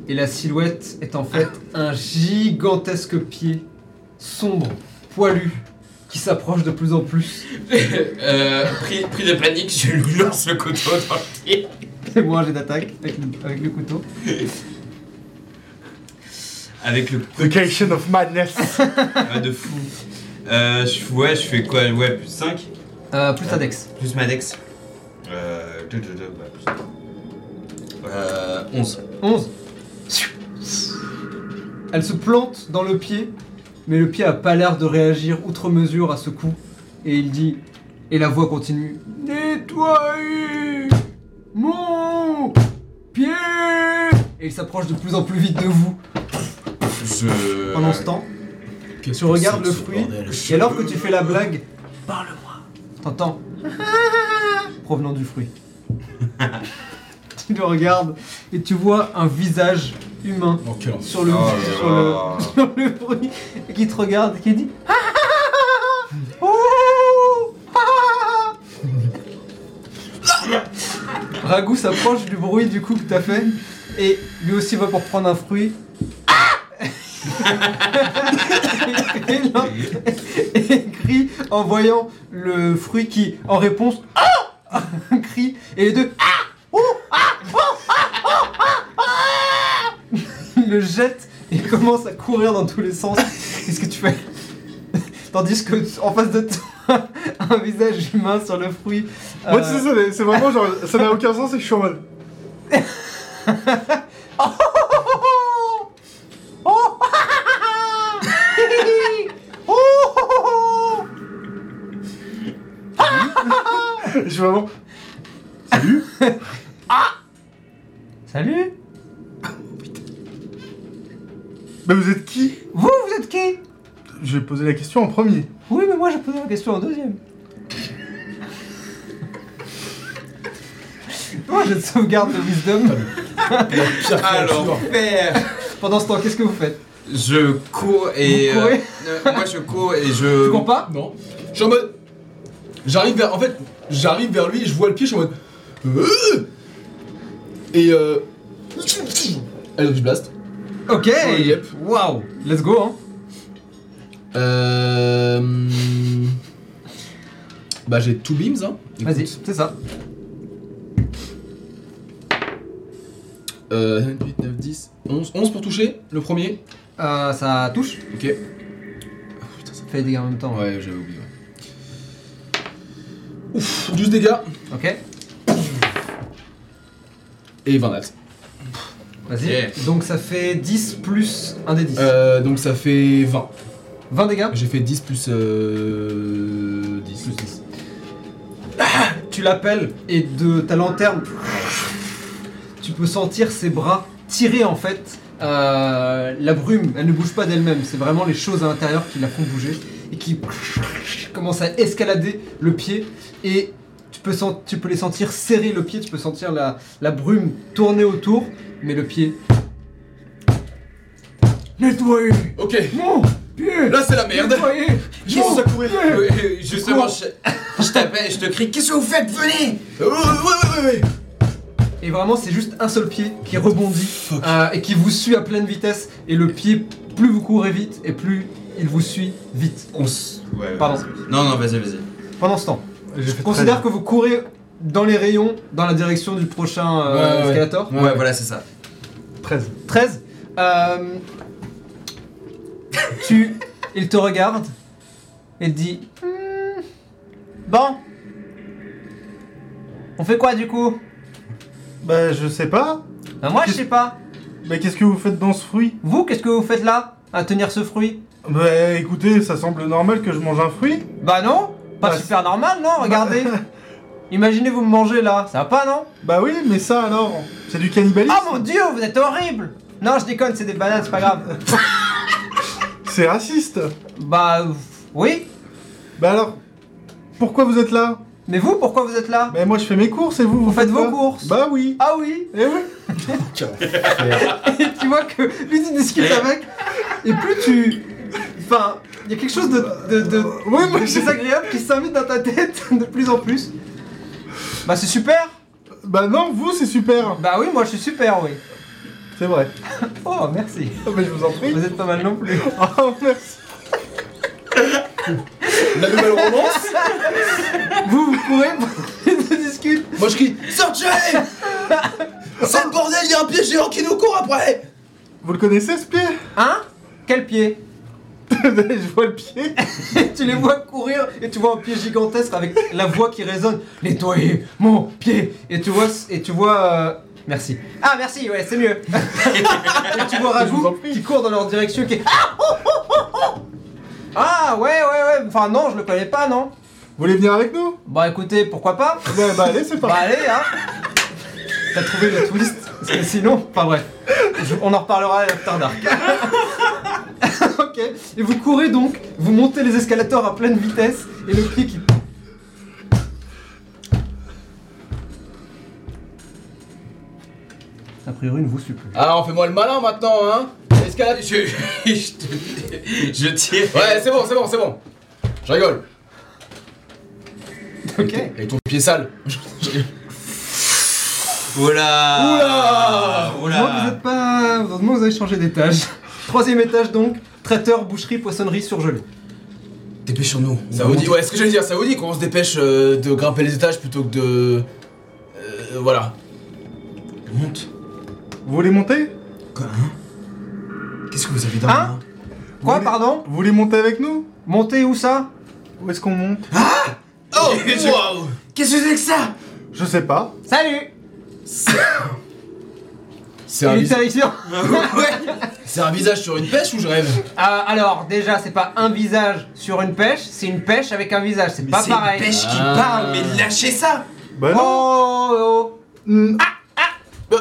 Et la silhouette est en fait un gigantesque pied, sombre, poilu, qui s'approche de plus en plus. euh, pris, pris de panique, je lui lance le couteau dans le pied. C'est moi, j'ai d'attaque avec, le- avec le couteau. Avec le The Creation of Madness Ah, de fou. Euh, je- ouais, je fais quoi Ouais, plus 5, Euh, plus ta dex. plus ma dex. Euh, deux, deux, deux, ouais, plus. Euh, 11. 11. Elle se plante dans le pied, mais le pied a pas l'air de réagir outre mesure à ce coup. Et il dit, et la voix continue Nettoyez mon pied Et il s'approche de plus en plus vite de vous Je. pendant ce temps. Qu'est-ce Tu que regardes c'est le que ce fruit, bordel et alors que tu fais la blague, parle-moi. T'entends Provenant du fruit. tu le regardes et tu vois un visage humain Oh, quel enfer. sur le, Oh là sur le, là. sur le bruit et qui te regarde et qui dit Ah, ah, ah, ah, ouh, ah, ah, ah. Ragout s'approche du bruit du coup que t'as fait et lui aussi va pour prendre un fruit. et, l'un- et crie en voyant le fruit qui en réponse ah crie et les deux ah oh, ouh, Il ah, le jette et commence à courir dans tous les sens. Qu'est-ce que tu fais Tandis que en face de toi, un visage humain sur le fruit. Moi, Euh, tu sais, ça n'est- c'est vraiment genre, ça n'a aucun sens et je suis en mode. oh, oh, Je suis vraiment. Salut Salut Mais vous êtes qui Vous, vous êtes qui Je vais poser la question en premier. Oui, mais moi j'ai posé la question en deuxième. Moi j'ai de sauvegarde de wisdom. Pire Alors, créature. père Pendant ce temps, qu'est-ce que vous faites Je cours et. Vous courez euh, euh, moi je cours et Tu je. cours pas Non. Je suis en mode. J'arrive vers. En fait, j'arrive vers lui, je vois le pied, je suis en mode. Euh Et euh. Eldritch Blast. Ok Oh, yep. Waouh Let's go hein Euh. Bah, j'ai two beams, hein. Écoute, Vas-y, c'est ça. Euh, 7, 8, 9, 10, 11. 11 pour toucher, le premier. Euh, ça touche Ok. Oh, putain, ça Fais les dégâts en même temps. Ouais, j'avais oublié. Ouf, 12 dégâts Ok et 20 nats. Vas-y. Yeah. Donc ça fait 10 plus 1 des 10. Euh, donc ça fait 20. 20 dégâts. J'ai fait 10 plus euh, 10. Plus 10. Tu l'appelles et de ta lanterne, tu peux sentir ses bras tirer en fait. Euh, la brume, elle ne bouge pas d'elle-même. C'est vraiment les choses à l'intérieur qui la font bouger et qui commencent à escalader le pied. Et tu peux, sen- tu peux les sentir serrer le pied, tu peux sentir la, la brume tourner autour, mais le pied. Nettoyer Ok, Mon pied là c'est la merde. Nettoyer Je commence à courir. Euh, euh, Justement, je, je t'appelle et je te crie Qu'est-ce que vous faites Venez Ouais, ouais, ouais, ouais, ouais. Et vraiment, c'est juste un seul pied qui rebondit euh, et qui vous suit à pleine vitesse. Et le pied, plus vous courez vite et plus il vous suit vite. On s. Ouais, ouais, Pardon. vas-y. Non, non, vas-y, vas-y. Pendant ce temps, Je considère que vous courez dans les rayons, dans la direction du prochain euh, Ouais, ouais, ouais. escalator. Ouais, Ouais. voilà, c'est ça. 13. 13. euh, tu, il te regarde et te dit Hmm, Bon, on fait quoi du coup Bah, je sais pas. Ben, Moi, je sais pas. Mais qu'est-ce que vous faites dans ce fruit Vous, qu'est-ce que vous faites là à tenir ce fruit Bah, écoutez, ça semble normal que je mange un fruit. Bah non, pas Bah, super normal, non Regardez. Imaginez vous me mangez là, ça va pas non Bah oui, mais ça alors, c'est du cannibalisme. Ah mon dieu, vous êtes horrible Non, je déconne, c'est des bananes, c'est pas grave. C'est raciste. bah euh, oui, Bah alors, pourquoi vous êtes là mais vous pourquoi vous êtes là Bah moi je fais mes courses et vous, vous, faites vos pas courses. Bah oui. Ah oui Eh oui. Et tu vois que lui tu discutes avec et plus tu enfin, il y a quelque chose de de, de- Ouais, moi, de j'ai- désagréable qui s'invite dans ta tête de plus en plus. Bah c'est super. Bah non, vous c'est super. Bah oui, moi je suis super, oui. C'est vrai. Oh, merci. Ah bah je vous en prie. Vous êtes pas mal non plus. Oh merci. La nouvelle romance. Vous, vous courez, vous discutez. Moi je crie Sortez C'est le bordel, il y a un pied géant qui nous court après Vous le connaissez ce pied Hein Quel pied Je vois le pied. Tu les vois courir et tu vois un pied gigantesque avec la voix qui résonne. Nettoyez mon pied Et tu vois... Et tu vois euh, Merci. Ah merci, ouais, c'est mieux. et tu vois Je vous en Ragou prie. qui court dans leur direction qui est... Ah, oh, oh, oh, oh. Ah, ouais, ouais, ouais. Enfin non, je le connais pas, non Vous voulez venir avec nous Bah écoutez, pourquoi pas Bah, bah allez c'est Bah parti. allez, hein T'as trouvé le twist Parce que sinon, enfin bref, je- on en reparlera à l'After Dark. ok, et vous courez donc, vous montez les escalators à pleine vitesse, et le pied qui... A priori, ne vous suit plus. Alors fais-moi le malin maintenant hein Escalade Je, je, te- je tire. Ouais c'est bon, c'est bon, c'est bon Je rigole Ok. Avec ton pied sale Oula Moi, vous êtes pas... Heureusement, vous avez changé d'étage. Troisième étage donc, traiteur, boucherie, poissonnerie, surgelée. Dépêchons-nous. Ça vous dit, ouais ce que j'allais dire, ça vous dit qu'on se dépêche euh, de grimper les étages plutôt que de... Euh, voilà. Monte. Vous voulez monter Quoi, hein Qu'est-ce que vous avez dans Hein la Quoi, main Vous voulez- pardon Vous voulez monter avec nous Montez où ça Où est-ce qu'on monte Oh Waouh Qu'est-ce que c'est que ça Je sais pas. Salut C'est un, Il est vis- de sélection. Euh, Ouais c'est un visage sur une pêche ou je rêve Ah, Alors, déjà, c'est pas un visage sur une pêche, c'est une pêche avec un visage, c'est Mais pas c'est une pareil. pêche qui Ah. parle, mais lâchez ça Bah Oh, non. oh, oh. Ah, ah.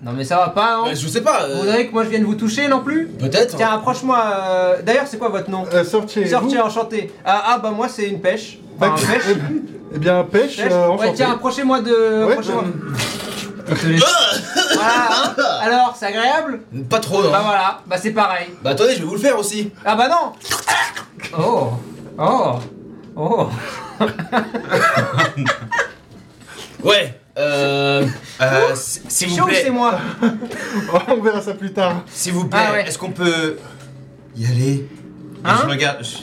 Non mais ça va pas, hein Bah, Je sais pas. euh, Vous voudriez que moi je vienne vous toucher non plus Peut-être. hein. Tiens, approche-moi. euh, D'ailleurs, c'est quoi votre nom Euh, sortez. Sortez, enchanté. Ah, ah, bah moi c'est une pêche. Enfin, un Ah, pêche. Bah, Eh bien, pêche, Pêche. euh, ouais, enchanté. tiens, approchez-moi de. Ouais, euh, approchez-moi. Je te laisse. Voilà, hein. Alors, c'est agréable Pas trop, non. Bah voilà, bah c'est pareil. Bah attendez, je vais vous le faire aussi. Ah bah non Oh Oh Oh Ouais. Euh, Euh, s- C'est s'il vous chaud ou c'est plaît, moi Oh, On verra ça plus tard. s'il vous plaît, Ah ouais. est-ce qu'on peut y aller Hein Je regarde, je,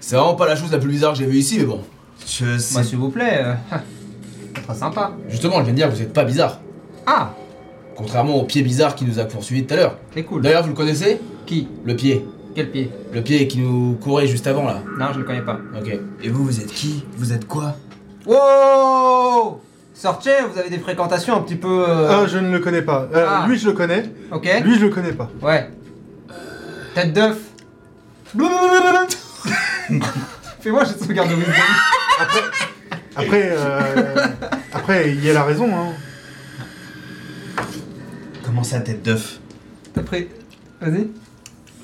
c'est vraiment pas la chose la plus bizarre que j'ai vue ici, mais bon. je sais Bah s'il vous plaît, euh, ça sera sympa. Justement, je viens de dire, vous êtes pas bizarre. Ah Contrairement au pied bizarre qui nous a poursuivis tout à l'heure. C'est cool. D'ailleurs, vous le connaissez Qui Le pied. Quel pied Le pied qui nous courait juste avant là. Non, je le connais pas. Ok. Et vous, vous êtes qui Vous êtes quoi Wow Sortez, vous avez des fréquentations un petit peu... euh, Ah, je ne le connais pas. Euh, Ah. Lui, je le connais. ok Lui, je le connais pas. Ouais. Tête d'œuf. Fais-moi juste ce regard de wisdom. Après, euh, après, il y a la raison. Hein. Comment ça, tête d'œuf T'as pris... Vas-y.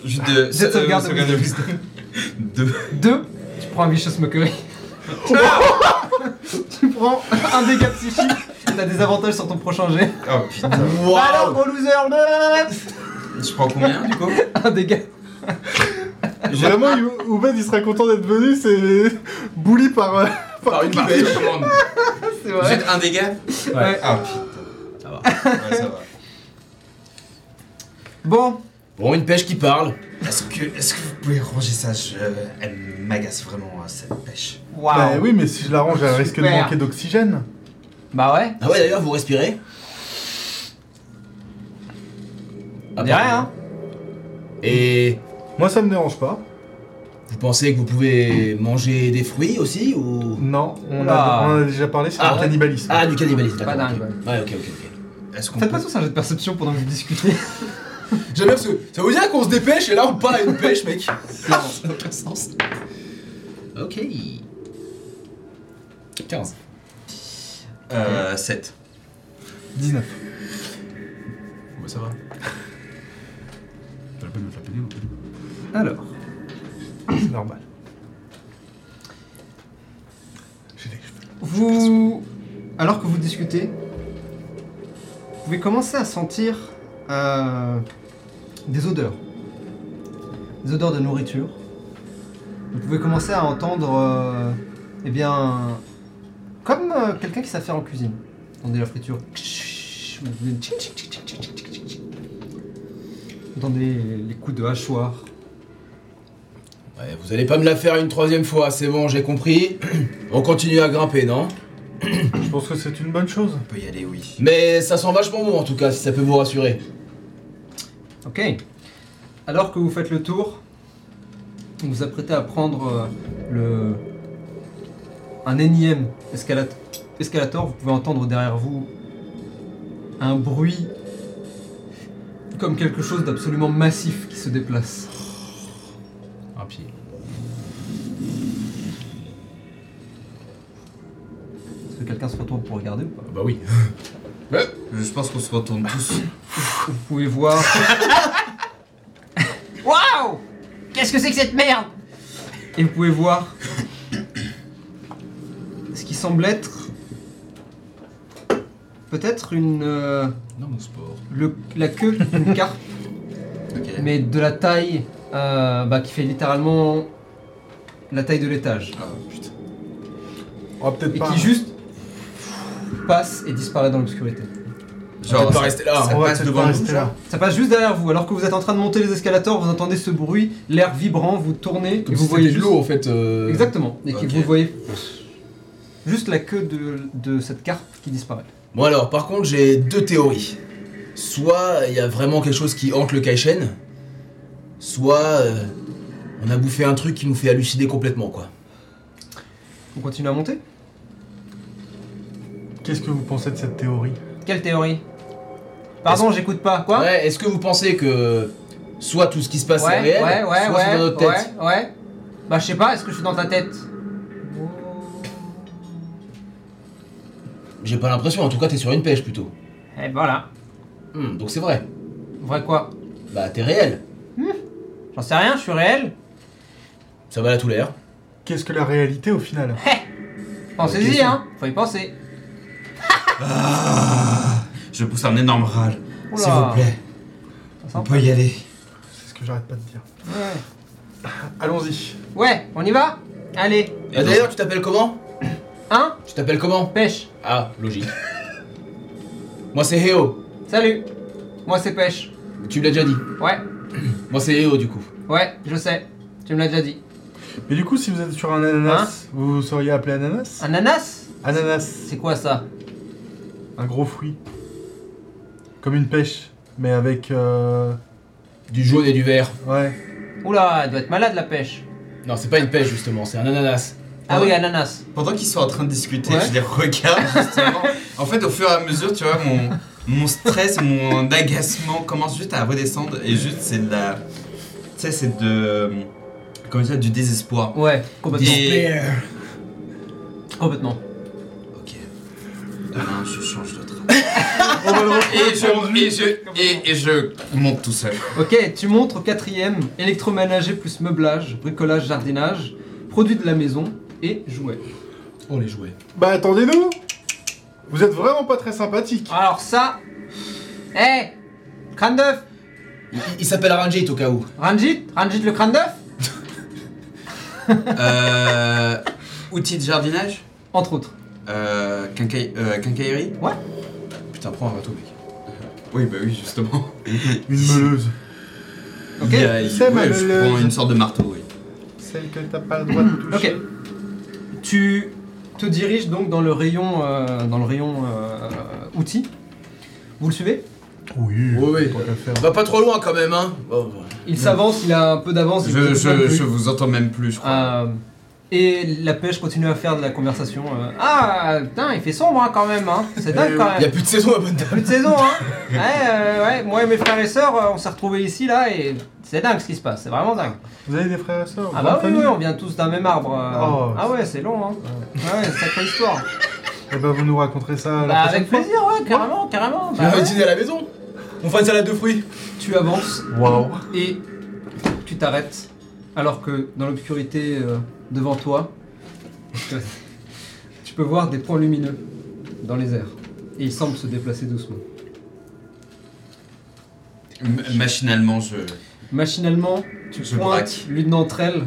Juste de. Jet Euh, sauvegarde sauvegarde de de Deux. Deux. Tu prends un vicious mockery. tu prends un dégât psychique. T'as des avantages sur ton prochain jet. Oh putain. Wow. Alors, gros loser Je prends combien du coup Un dégât. Vraiment, Ou- Oubed, il serait content d'être venu. C'est bouli par. euh, Par une Par- partie. C'est Vous vrai. êtes un dégât Ouais. Ah putain. Ça va. Ouais, ça va. Bon. Bon, une pêche qui parle. Est-ce que, est-ce que vous pouvez ranger ça je, Elle m'agace vraiment euh, cette pêche. Waouh. Bah oui, mais si je l'arrange, elle risque de Super. manquer d'oxygène. Bah ouais. Ah ouais, d'ailleurs, vous respirez. Ah, On dirait, hein. Et Moi, ça me dérange pas. vous pensez que vous pouvez manger des fruits aussi ou Non, on, Oula. a, on en a déjà parlé, c'est Ah un ouais. cannibalisme. Ah, du cannibalisme. Pas d'accord, dingue, ok. Ouais, ok, ok, ok. Est-ce qu'on Faites pas peut- tous un jet de perception pendant que vous discutez. J'aime bien parce que ça veut dire qu'on se dépêche et là on part à une pêche, bon. mec. Ça n'a aucun sens. Ok. 15. Euh, 7. 19. Bon, ça va. Alors. C'est normal. J'ai des cheveux. Vous, alors que vous discutez, vous pouvez commencer à sentir euh, des odeurs. Des odeurs de nourriture. Vous pouvez commencer à entendre, euh, eh bien, comme euh, quelqu'un qui s'affaire en cuisine. Vous entendez la friture. Vous entendez les coups de hachoir. Ouais, vous allez pas me la faire une troisième fois, c'est bon, j'ai compris. on continue à grimper, non Je pense que c'est une bonne chose. On peut y aller, oui. Mais ça sent vachement bon en tout cas, si ça peut vous rassurer. Ok. Alors que vous faites le tour, vous vous apprêtez à prendre euh, le un énième escalade- escalator. Vous pouvez entendre derrière vous un bruit comme quelque chose d'absolument massif qui se déplace. Un pied. Est-ce que quelqu'un se retourne pour regarder ou pas Bah oui. Je pense qu'on se retourne tous. Vous pouvez voir. Waouh Qu'est-ce que c'est que cette merde Et vous pouvez voir ce qui semble être peut-être une euh, Non, mon sport. le- la queue d'une carpe, Ok. mais de la taille euh, bah, qui fait littéralement la taille de l'étage Ah, putain. On va peut-être et pas. qui juste passe et disparaît dans l'obscurité. On va Genre, pas ça, rester là. hein. ça On va passe peut-être devant pas nous, rester ça là. Ça passe juste derrière vous, alors que vous êtes en train de monter les escalators, vous entendez ce bruit, l'air vibrant, vous tournez, Comme et si vous voyez de juste- l'eau en fait. euh, Exactement, et que ok. vous voyez juste la queue de, de cette carpe qui disparaît. Bon alors, par contre, j'ai deux théories. Soit il y a vraiment quelque chose qui hante le Kaishen, soit euh, On a bouffé un truc qui nous fait halluciner complètement, quoi. On continue à monter Qu'est-ce que vous pensez de cette théorie Quelle théorie Pardon, j'écoute pas. Quoi ouais, est-ce que vous pensez que soit tout ce qui se passe est réel, ouais, ouais, soit c'est dans notre tête ouais, ouais. Bah je sais pas, est-ce que je suis dans ta tête Oh. J'ai pas l'impression, en tout cas, t'es sur une pêche plutôt. Eh voilà. Hmm, donc c'est vrai. Vrai quoi Bah, t'es réel. J'en sais rien, je suis réel. Ça va à tout l'air. Qu'est-ce que la réalité au final Pensez-y, hein Faut y penser. Je pousse un énorme râle. Oula. S'il vous plaît, Ça sent on peut y aller. C'est ce que j'arrête pas de dire. pas. Ouais. Allons-y. Ouais, on y va Allez. Et Ah, D'ailleurs, tu t'appelles comment Hein Tu t'appelles comment Pêche. Ah, logique. Moi, c'est Heo. Salut. Moi c'est pêche. Tu l'as déjà dit. Ouais, Moi, c'est Heo, du coup. ouais, je sais. Tu me l'as déjà dit. Mais du coup, si vous êtes sur un ananas, vous seriez appelé ananas Ah. Ananas Ananas, C'est quoi ça un gros fruit. Comme une pêche, mais avec. euh, Du jaune et du vert. Ouais. Oula, elle doit être malade la pêche. Non, c'est pas une pêche, justement, c'est un ananas. Ah Ouais. oui, ananas. Pendant qu'ils sont en train de discuter, Ouais. je les regarde justement. en fait, au fur et à mesure, tu vois, mon, mon stress, mon agacement commence juste à redescendre et juste c'est de la. Tu sais, c'est de. Comment dire Du désespoir. Ouais, complètement. Et- Complètement. Ok. Demain, je change de travail. et, je, et, je, et, et je monte tout seul. Ok, tu montres au quatrième électroménager plus meublage, bricolage, jardinage, produits de la maison et jouets. On Oh, les jouets. Bah attendez-nous Vous êtes vraiment pas très sympathique. Alors ça. Hé Crâne d'œuf Il, il s'appelle Ranjit, au cas où. Ranjit Ranjit le crâne d'œuf Euh, outils de jardinage Entre autres. euh, quincaille- euh, Quincaillerie Putain, prends un râteau, mec. Oui, bah oui, justement. Une meuleuse. Ok Il y a- il- C'est ma ouais, je meuleuse. prends une sorte de marteau, oui. Celle que t'as pas le droit de toucher. Tu te diriges donc dans le rayon, euh, dans le rayon euh, outils. Vous le suivez Oh, Oui, Oui, oui. tant qu'à faire. Va pas trop loin, quand même, hein. Bon, bon. Il s'avance, il a un peu d'avance. il vous Je, écoute même je, plus. je vous entends même plus, je crois. Euh, et la pêche continue à faire de la conversation. euh, ah, putain, il fait sombre hein, quand même. Hein. C'est dingue Eh quand oui. même. Y a plus de saison à bonne dame. Plus de saison, hein ouais, euh, ouais, moi et mes frères et sœurs, euh, on s'est retrouvés ici, là, et c'est dingue ce qui se passe, c'est vraiment dingue. Vous avez des frères et sœurs Ah grande bah oui, famille oui, on vient tous d'un même arbre. euh. Oh. ah ouais, c'est long, hein. Ouais, sacrée histoire. Eh bah vous nous raconterez ça Bah la prochaine avec plaisir, ouais, carrément, carrément. bah On va ouais. dîner à la maison. On fait une salade de fruits. Tu avances fois. Waouh. et tu t'arrêtes, alors que dans l'obscurité euh, devant toi, tu peux voir des points lumineux dans les airs. Et ils semblent se déplacer doucement. M- Machinalement, je. Machinalement, tu Je pointes braque. l'une d'entre elles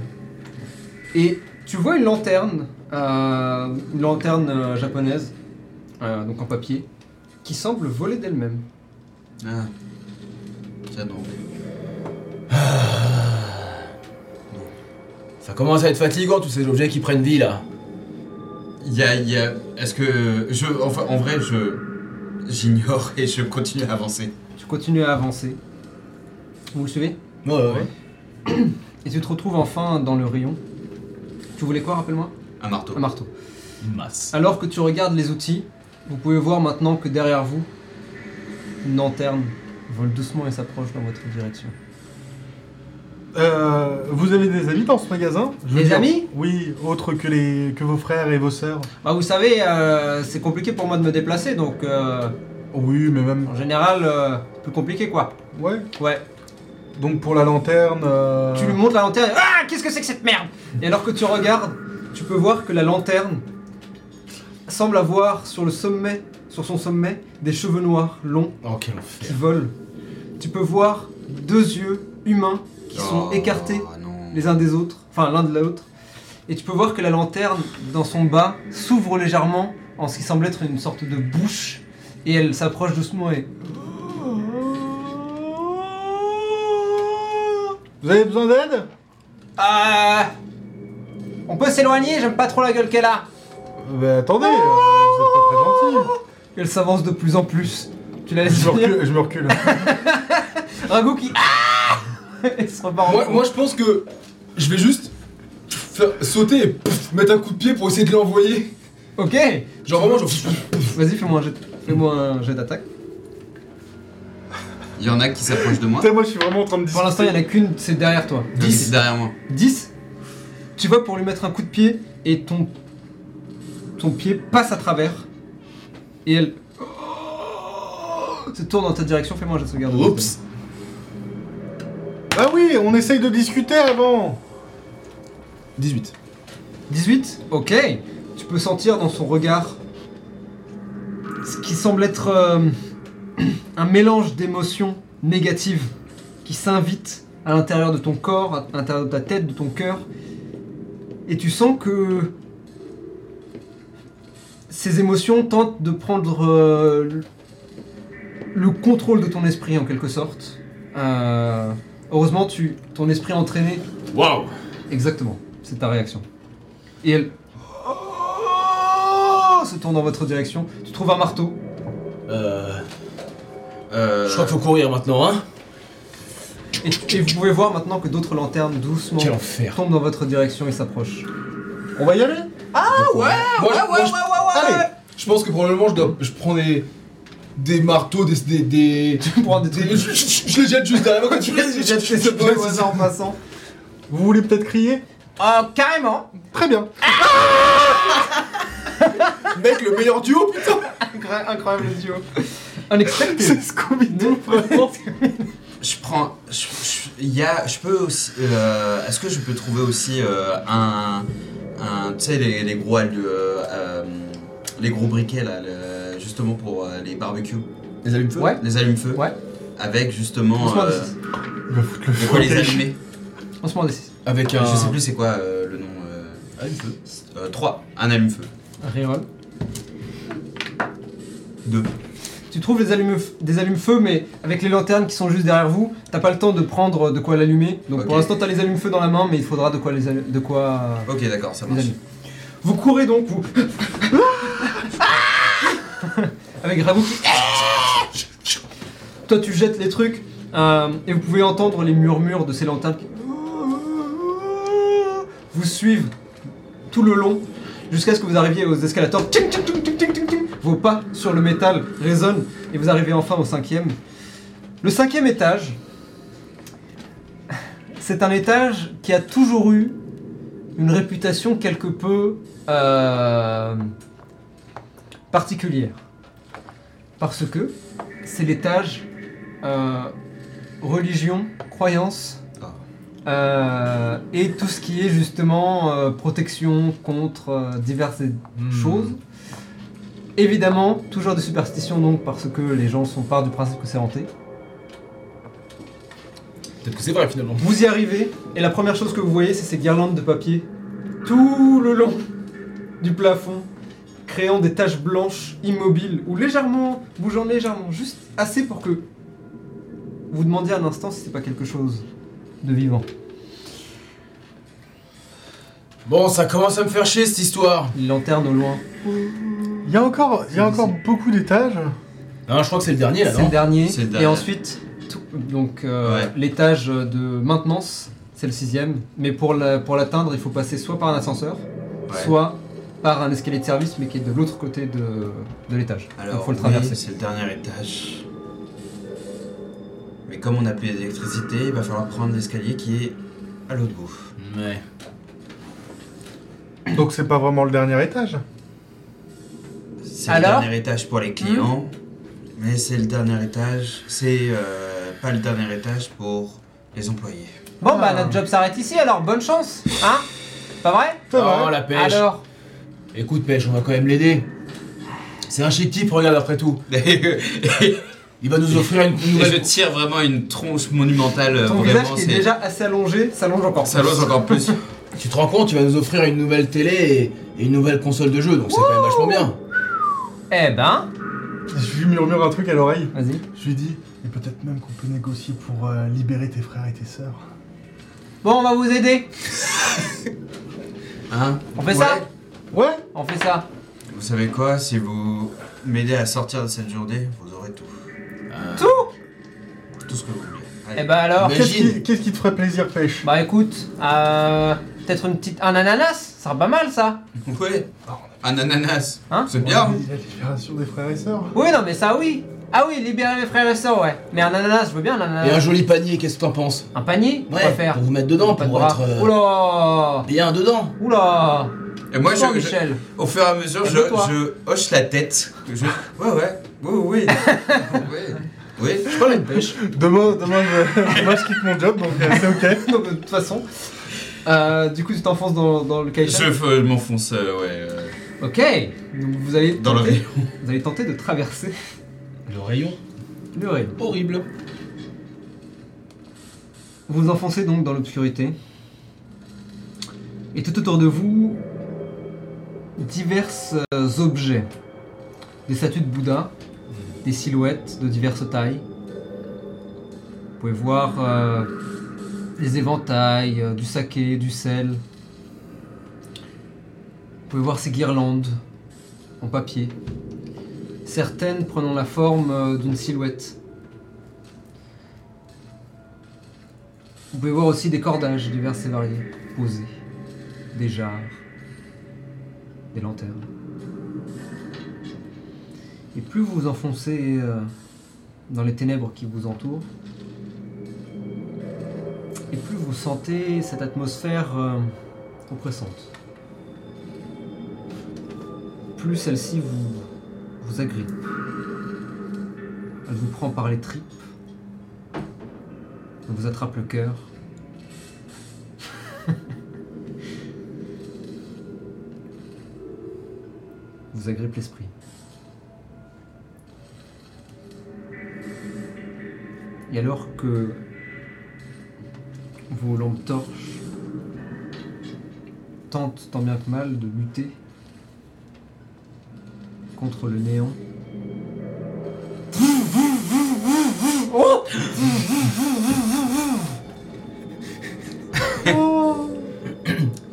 et tu vois une lanterne, euh, une lanterne euh, japonaise, euh, donc en papier, qui semble voler d'elle-même. Ah. J'adore. Ça commence à être fatigant, tous ces objets qui prennent vie, là. Il y a. il y a- Est-ce que. Je, enfin, en vrai, je. J'ignore et je continue à avancer. Tu continues à avancer. Vous le suivez Ouais, ouais, ouais. Et tu te retrouves enfin dans le rayon. Tu voulais quoi, rappelle-moi Un marteau. Un marteau. Une masse. Alors que tu regardes les outils, vous pouvez voir maintenant que derrière vous, une lanterne vole doucement et s'approche dans votre direction. Euh, vous avez des amis dans ce magasin Je veux Des amis Oui, autres que, les, que vos frères et vos sœurs. Bah vous savez, euh, c'est compliqué pour moi de me déplacer, donc euh, Oui, mais même. en général, euh, plus compliqué quoi. Ouais. Ouais. Donc pour la lanterne. euh, Tu lui montes la lanterne, ah qu'est-ce que c'est que cette merde Et alors que tu regardes, tu peux voir que la lanterne semble avoir sur le sommet, sur son sommet, des cheveux noirs longs Oh, quel enfer. qui volent. Tu peux voir deux yeux humains qui sont Oh, écartés non. les uns des autres, enfin l'un de l'autre. Et tu peux voir que la lanterne, dans son bas, s'ouvre légèrement en ce qui semble être une sorte de bouche. Et elle s'approche doucement et... Vous avez besoin d'aide Ah On peut s'éloigner, j'aime pas trop la gueule qu'elle a. Euh, Bah attendez, euh, vous êtes pas très gentil. Elle s'avance de plus en plus. Tu la laisses Je me venir. recule. Je me recule. Ragout qui... Ah Elle se repart en Moi, courant. moi, je pense que Je vais juste faire sauter et pff, mettre un coup de pied pour essayer de l'envoyer. Ok Genre vraiment, je. Vas-y, fais-moi un jet, fais-moi un jet d'attaque. Il y en a qui s'approchent de moi. Putain, moi je suis vraiment en train de Pour l'instant, il y en a qu'une, c'est derrière toi. Il y en a qui sont derrière moi. 10 Tu vas pour lui mettre un coup de pied et ton ton pied passe à travers et elle se tourne dans ta direction, fais-moi un jet de sauvegarde. Oups. Ah oui, on essaye de discuter avant 18. 18 Ok Tu peux sentir dans son regard ce qui semble être euh, un mélange d'émotions négatives qui s'invite à l'intérieur de ton corps, à l'intérieur de ta tête, de ton cœur. Et tu sens que ces émotions tentent de prendre euh, le contrôle de ton esprit en quelque sorte. Euh, heureusement, tu, ton esprit entraîné Waouh Exactement, c'est ta réaction. Et elle Oh se tourne dans votre direction. Tu trouves un marteau. Euh. Euh, Je crois qu'il faut courir maintenant, hein Et, et vous pouvez voir maintenant que d'autres lanternes doucement Quel enfer tombent dans votre direction et s'approchent. On va y aller Moi, je- moi, je- Ah ouais, Allez Je pense que probablement je dois. Je prends des. Des marteaux, des. des. des- Tu prends des des- trucs. je, je- je les jette juste derrière moi quand tu les Tu jettes tes objets au hasard en passant. Vous voulez peut-être crier Oh, carrément Très bien. Mec, le meilleur duo, putain Incroyable le duo. Unexpected C'est Scooby-Doo. Je prends. Je, je- il y a, je peux aussi. euh, Est-ce que je peux trouver aussi euh, un. un tu sais, les, les gros. allu- euh, euh, les gros briquets là, le- justement pour euh, les barbecues. Les allumes-feu Ouais. Les allumes-feu. Ouais. Avec justement. Doucement, euh, D6. Il va foutre le on peut feu. les allumer. Doucement, D6. Avec un. Je sais plus c'est quoi euh, le nom. euh, Allume-feu. euh, 3. Un allume-feu. Reroll. 2. Tu trouves les allumes, des allumes-feu, mais avec les lanternes qui sont juste derrière vous, t'as pas le temps de prendre de quoi l'allumer. Donc Ok. pour l'instant, t'as les allumes-feu dans la main, mais il faudra de quoi les, allu- de quoi Ok, d'accord, ça les marche. allumer. Vous courez donc, vous. Ah avec Rabou qui. Toi, tu jettes les trucs euh, et vous pouvez entendre les murmures de ces lanternes qui vous suivent tout le long jusqu'à ce que vous arriviez aux escalators. Tching, tching, tching, tching, tching, tching, tching. Vos pas sur le métal résonnent et vous arrivez enfin au cinquième. Le cinquième étage, c'est un étage qui a toujours eu une réputation quelque peu euh, particulière. Parce que c'est l'étage euh, religion, croyance Ah. euh, et tout ce qui est justement euh, protection contre euh, diverses choses. Évidemment, toujours des superstitions donc parce que les gens sont part du principe que c'est hanté. Peut-être que c'est vrai finalement. Vous y arrivez, et la première chose que vous voyez, c'est ces guirlandes de papier tout le long du plafond, créant des taches blanches immobiles ou légèrement, bougeant légèrement, juste assez pour que vous demandiez un instant si c'est pas quelque chose de vivant. Bon, ça commence à me faire chier cette histoire. Les lanternes au loin, Il y a encore, il y a encore beaucoup d'étages. Hein, je crois que c'est le dernier là, c'est le non dernier, C'est le et dernier. ensuite, tout- donc euh, Ouais. l'étage de maintenance, c'est le sixième, mais pour la- pour l'atteindre, il faut passer soit par un ascenseur, Ouais. soit par un escalier de service mais qui est de l'autre côté de, de l'étage. Alors, Donc faut le oui, traverser. c'est le dernier étage. Mais comme on n'a plus d'électricité, il va falloir prendre l'escalier qui est à l'autre bout. Ouais. Donc c'est pas vraiment le dernier étage. C'est Alors Hmm. le dernier étage pour les clients, mais c'est le dernier étage, c'est euh, pas le dernier étage pour les employés. Bon bah Ah. notre job s'arrête ici alors bonne chance Hein Pas vrai C'est vrai. Oh la pêche Alors Écoute pêche, on va quand même l'aider. C'est un chez type, regarde après tout. Et Il va nous offrir une une je nouvelle. tire vraiment une tronche monumentale, euh, ton visage vraiment, qui est c'est- déjà assez allongé s'allonge encore ça lose encore plus. Tu te rends compte, il va nous offrir une nouvelle télé et, et une nouvelle console de jeu, donc c'est quand même vachement bien. Eh ben Je lui murmure un truc à l'oreille. Vas-y. Je lui dis, et peut-être même qu'on peut négocier pour euh, libérer tes frères et tes sœurs. Bon on va vous aider Hein On fait ça Ouais. Ouais. On fait ça Vous savez quoi Si vous m'aidez à sortir de cette journée, vous aurez tout. Euh, Tout Tout ce que vous voulez. Allez. Et bah alors Mais- Qu'est-ce qui, Imagine. qu'est-ce qui te ferait plaisir, pêche Bah écoute, euh, peut-être une petite. Un ananas Ça serait pas mal ça Ouais. Un ananas. Hein C'est bien. Il y a la libération des frères et sœurs. Oui, non, mais ça oui Ah oui, libérer mes frères et sœurs, ouais. Mais un ananas, je veux bien un Et un ananas. joli panier, qu'est-ce que t'en penses Un panier On va Ouais, faire. pour vous mettre dedans, Pas pour de bras. être euh, Oula bien dedans. Oula Et moi, je, Bon, je- Michel. au fur et à mesure, je, Calme-toi. je hoche la tête. Je- Ouais, ouais. Oui, oui. oui. Oui. Je prends une pêche. Demain, demain je, demain, je quitte mon job, donc euh, c'est ok. Donc, de toute façon, euh, du coup, tu t'enfonces dans, dans le Je caïchan. euh, m'enfonce, euh, ouais. euh, Ok Donc, vous allez, Dans le tenter- rayon. vous allez tenter de traverser Le rayon, le rayon. horrible. Vous vous enfoncez donc dans l'obscurité. Et tout autour de vous, divers euh, objets. Des statues de Bouddha, des silhouettes de diverses tailles. Vous pouvez voir euh, des éventails, euh, du saké, du sel. Vous pouvez voir ces guirlandes en papier. Certaines prenant la forme euh, d'une silhouette. Vous pouvez voir aussi des cordages divers et variés, posés, des jarres, des lanternes. Et plus vous vous enfoncez euh, dans les ténèbres qui vous entourent, et plus vous sentez cette atmosphère euh, oppressante. Plus celle-ci vous, vous agrippe. Elle vous prend par les tripes, elle vous attrape le cœur. vous agrippe l'esprit. Et alors que vos lampes torches tentent tant bien que mal de lutter contre le néant. Oh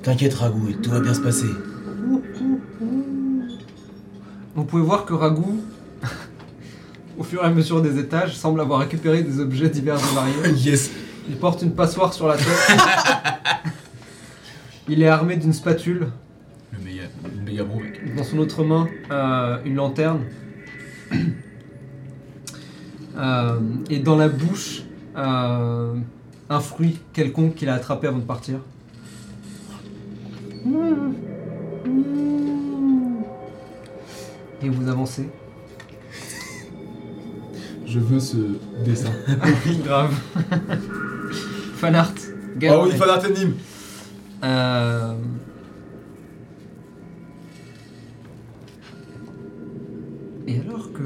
T'inquiète, Ragou, et tout va bien se passer. Vous pouvez voir que Ragou, au fur et à mesure des étages, semble avoir récupéré des objets divers et variés. Yes. Il porte une passoire sur la tête. Il est armé d'une spatule. Le méga, le méga bon mec. Dans son autre main, euh, une lanterne. Euh, et dans la bouche, euh, un fruit quelconque qu'il a attrapé avant de partir. Et vous avancez. Je veux ce dessin. Grave. Fanart. Ah oui, fan art anime. Euh, Et alors que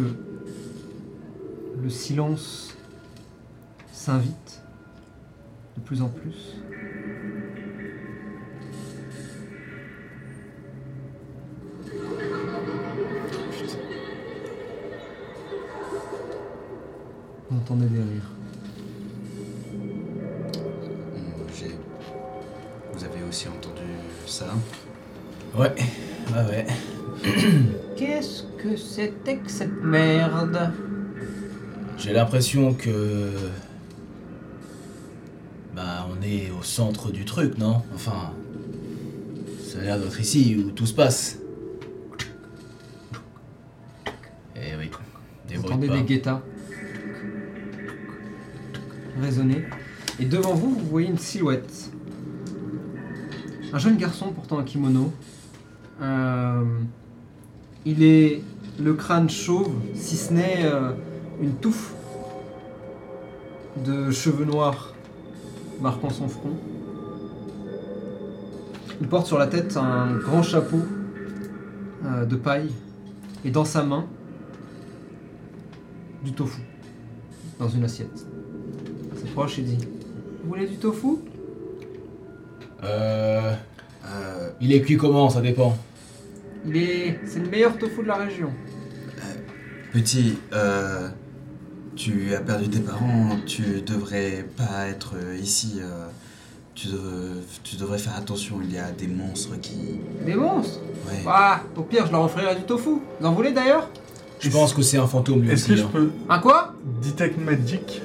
le silence s'invite de plus en plus, vous entendez des rires. Mmh, J'ai- Vous avez aussi entendu ça Ouais, ouais, ouais. Qu'est-ce que c'était que cette merde J'ai l'impression que. Bah, on est au centre du truc, non Enfin. Ça a l'air d'être ici où tout se passe. Eh oui. Des Vous bruits entendez de des pas. guettas résonner. Et devant vous, vous voyez une silhouette. Un jeune garçon portant un kimono. Euh, il est le crâne chauve, si ce n'est euh, une touffe de cheveux noirs marquant son front. Il porte sur la tête un grand chapeau euh, de paille et dans sa main du tofu dans une assiette. C'est proche et dit Vous voulez du tofu Euh. euh, Il est cuit comment Ça dépend. Il est. C'est le meilleur tofu de la région. Petit, euh, tu as perdu tes parents, tu devrais pas être ici. euh, tu, devrais, tu devrais faire attention, il y a des monstres qui. Des monstres Ouais. Ah, au pire, je leur offrirai du tofu. Vous en voulez d'ailleurs Je pense que c'est un fantôme lui Est-ce aussi. que je hein. peux Un quoi detect magic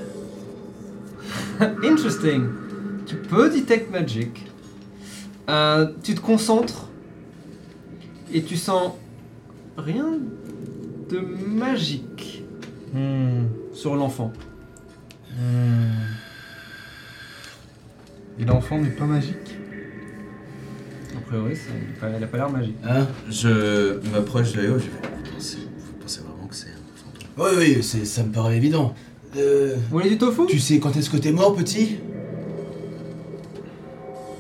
Interesting. Tu peux detect magic. Euh, tu te concentres et tu sens rien de magique Hmm. sur l'enfant. Hmm. Et l'enfant n'est pas magique A priori, ça- elle n'a pas l'air magique. Hein Je m'approche de Léo, je vais. Vous pensez, vous pensez vraiment que c'est un fantôme Oui, oui, c'est- ça me paraît évident. Euh, Vous voulez du tofu tu sais quand est-ce que t'es mort, petit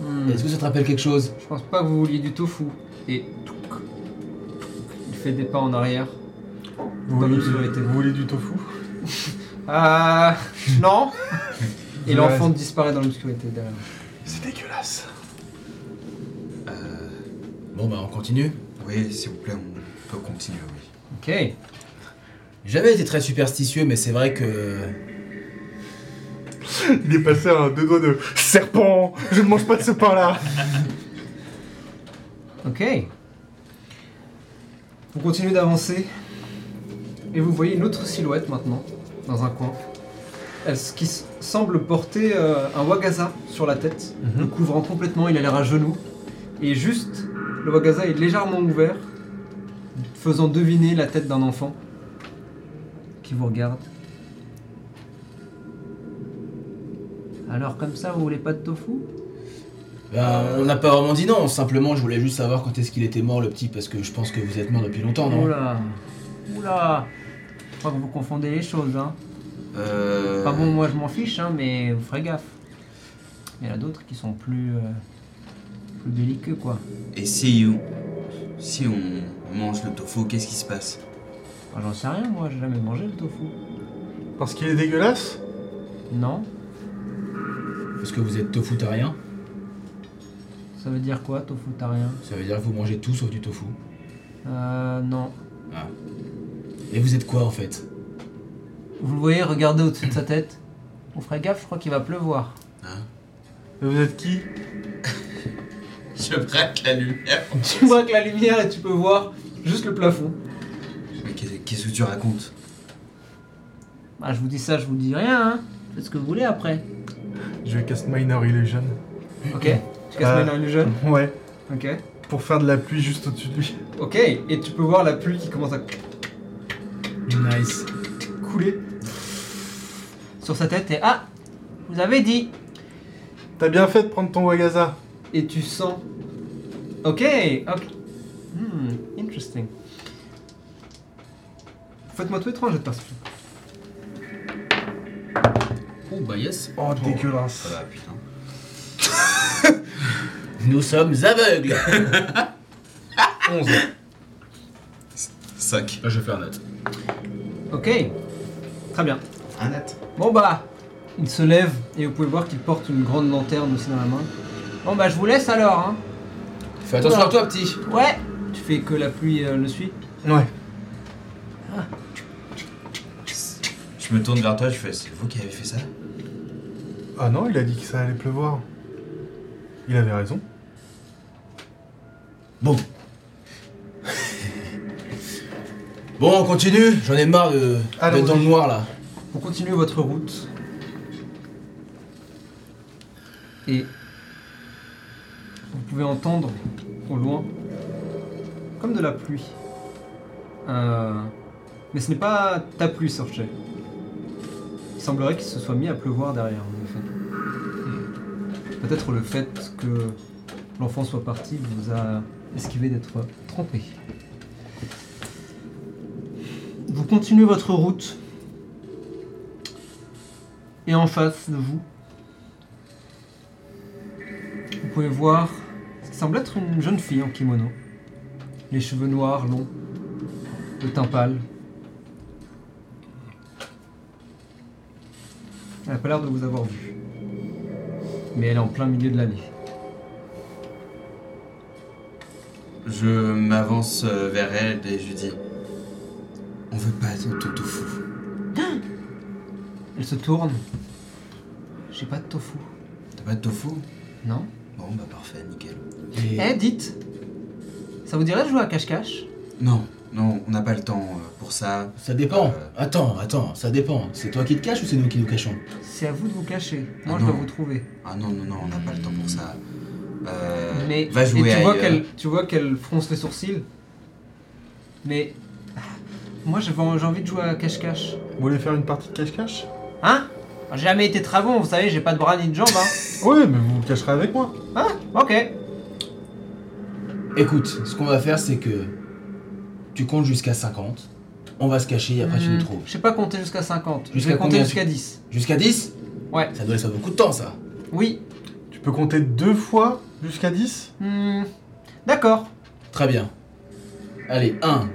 Hmm, Est-ce que ça te rappelle quelque chose Je pense pas que vous vouliez du tofu. Et touc, touc, il fait des pas en arrière. vous Pas voulez, d'obscurité. vous voulez du tofu Ah non. Et Ouais. l'enfant disparaît dans l'obscurité derrière. C'est dégueulasse. Euh, Bon, bah, on continue. Oui, s'il vous plaît, on peut continuer, oui. Ok. J'ai Jamais été très superstitieux, mais c'est vrai que. Il est passé à un deux doigts de serpent Je ne mange pas de ce pain-là Ok. Vous continuez d'avancer et vous voyez une autre silhouette maintenant dans un coin. Elle s- qui s- semble porter euh, un wagaza sur la tête, le couvrant complètement. Il a l'air à genoux et juste le wagaza est légèrement ouvert, faisant deviner la tête d'un enfant qui vous regarde. Alors comme ça, vous voulez pas de tofu Bah, on n'a pas vraiment dit non, simplement je voulais juste savoir quand est-ce qu'il était mort, le petit, parce que je pense que vous êtes mort depuis longtemps, non Oula Oula Je crois que vous confondez les choses, hein. Euh, Pas bon, moi je m'en fiche, hein, mais vous ferez gaffe. Il y en a d'autres qui sont plus. euh, plus belliqueux, quoi. Et si on, si on mange le tofu, qu'est-ce qui se passe Enfin, J'en sais rien, moi, j'ai jamais mangé le tofu. Parce qu'il est dégueulasse Non Parce que vous êtes tofutarien, Ça veut dire quoi, tofu T'as rien ça veut dire que vous mangez tout sauf du tofu. Euh, non. Et vous êtes quoi en fait Vous le voyez, regardez au-dessus de sa tête. Vous ferez gaffe, je crois qu'il va pleuvoir. Et Vous êtes qui Je braque la lumière. Tu vois que la lumière et tu peux voir juste le plafond. Mais qu'est- qu'est-ce que tu racontes Bah, je vous dis ça, je vous dis rien, hein. Faites ce que vous voulez après. Je casse Minor Illusion. Ok Tu casses Euh. maintenant les jeunes Ouais, Ok. pour faire de la pluie juste au-dessus de lui. Ok, et tu peux voir la pluie qui commence à Nice. couler sur sa tête et ah, vous avez dit. T'as bien fait de prendre ton Wagaza. Et tu sens. Ok, ok. Hmm, interesting. Faites-moi tout étrange, cette perception. Oh bah yes. Oh, dégueulasse. Ah putain. Nous sommes aveugles 11. 5. Je vais faire note. Ok, très bien. Un net. Bon bah, il se lève et vous pouvez voir qu'il porte une grande lanterne aussi dans la main. Bon bah, je vous laisse alors, hein. Fais attention à toi petit Ouais. Tu fais que la pluie euh, le suit. Ouais. Je me tourne vers toi, je fais c'est vous qui avez fait ça Ah non, il a dit que ça allait pleuvoir. Il avait raison. Bon. bon on continue, j'en ai marre de Allons-y. d'être dans le noir là. Vous continuez votre route. Et vous pouvez entendre au loin, comme de la pluie. Euh, mais ce n'est pas ta pluie, Sorchet. Il semblerait qu'il se soit mis à pleuvoir derrière, en effet. Peut-être le fait que l'enfant soit parti vous a esquivé d'être trompé. Vous continuez votre route. Et en face de vous, vous pouvez voir ce qui semble être une jeune fille en kimono. Les cheveux noirs, longs, le teint pâle. Elle n'a pas l'air de vous avoir vu. Mais elle est en plein milieu de l'allée. Je m'avance euh, vers elle et je lui dis On veut pas de ton tofu. Elle se tourne. J'ai pas de tofu. T'as pas de tofu Non Bon bah parfait, nickel. Eh, Et... dites Ça vous dirait de jouer à cache-cache Non, Non, on n'a pas le temps euh, pour ça. Ça dépend. Euh. Attends, attends, ça dépend. C'est toi qui te caches ou c'est nous qui nous cachons C'est à vous de vous cacher. Moi, Ah je dois non. vous trouver. Ah non, non, non, on n'a pas le temps pour ça. Euh, Mais va jouer et tu vois ailleurs. qu'elle, tu vois qu'elle fronce les sourcils. Mais moi, j'ai envie j'ai envie de jouer à cache-cache. Vous voulez faire une partie de cache-cache Hein J'ai Jamais été dragon, vous savez, j'ai pas de bras ni de jambes. Hein. Oui, mais vous vous cacherez avec moi. Hein Ok. Écoute, ce qu'on va faire, c'est que tu comptes jusqu'à 50. On va se cacher et après tu Hmm, nous trouves. Je sais pas compter jusqu'à 50. je Jusqu'à vais compter combien jusqu'à 10. Jusqu'à 10 Ouais. Ça doit être beaucoup de temps, ça. Oui. Tu peux compter deux fois jusqu'à 10 Hmm, D'accord. Très bien. Allez, 1,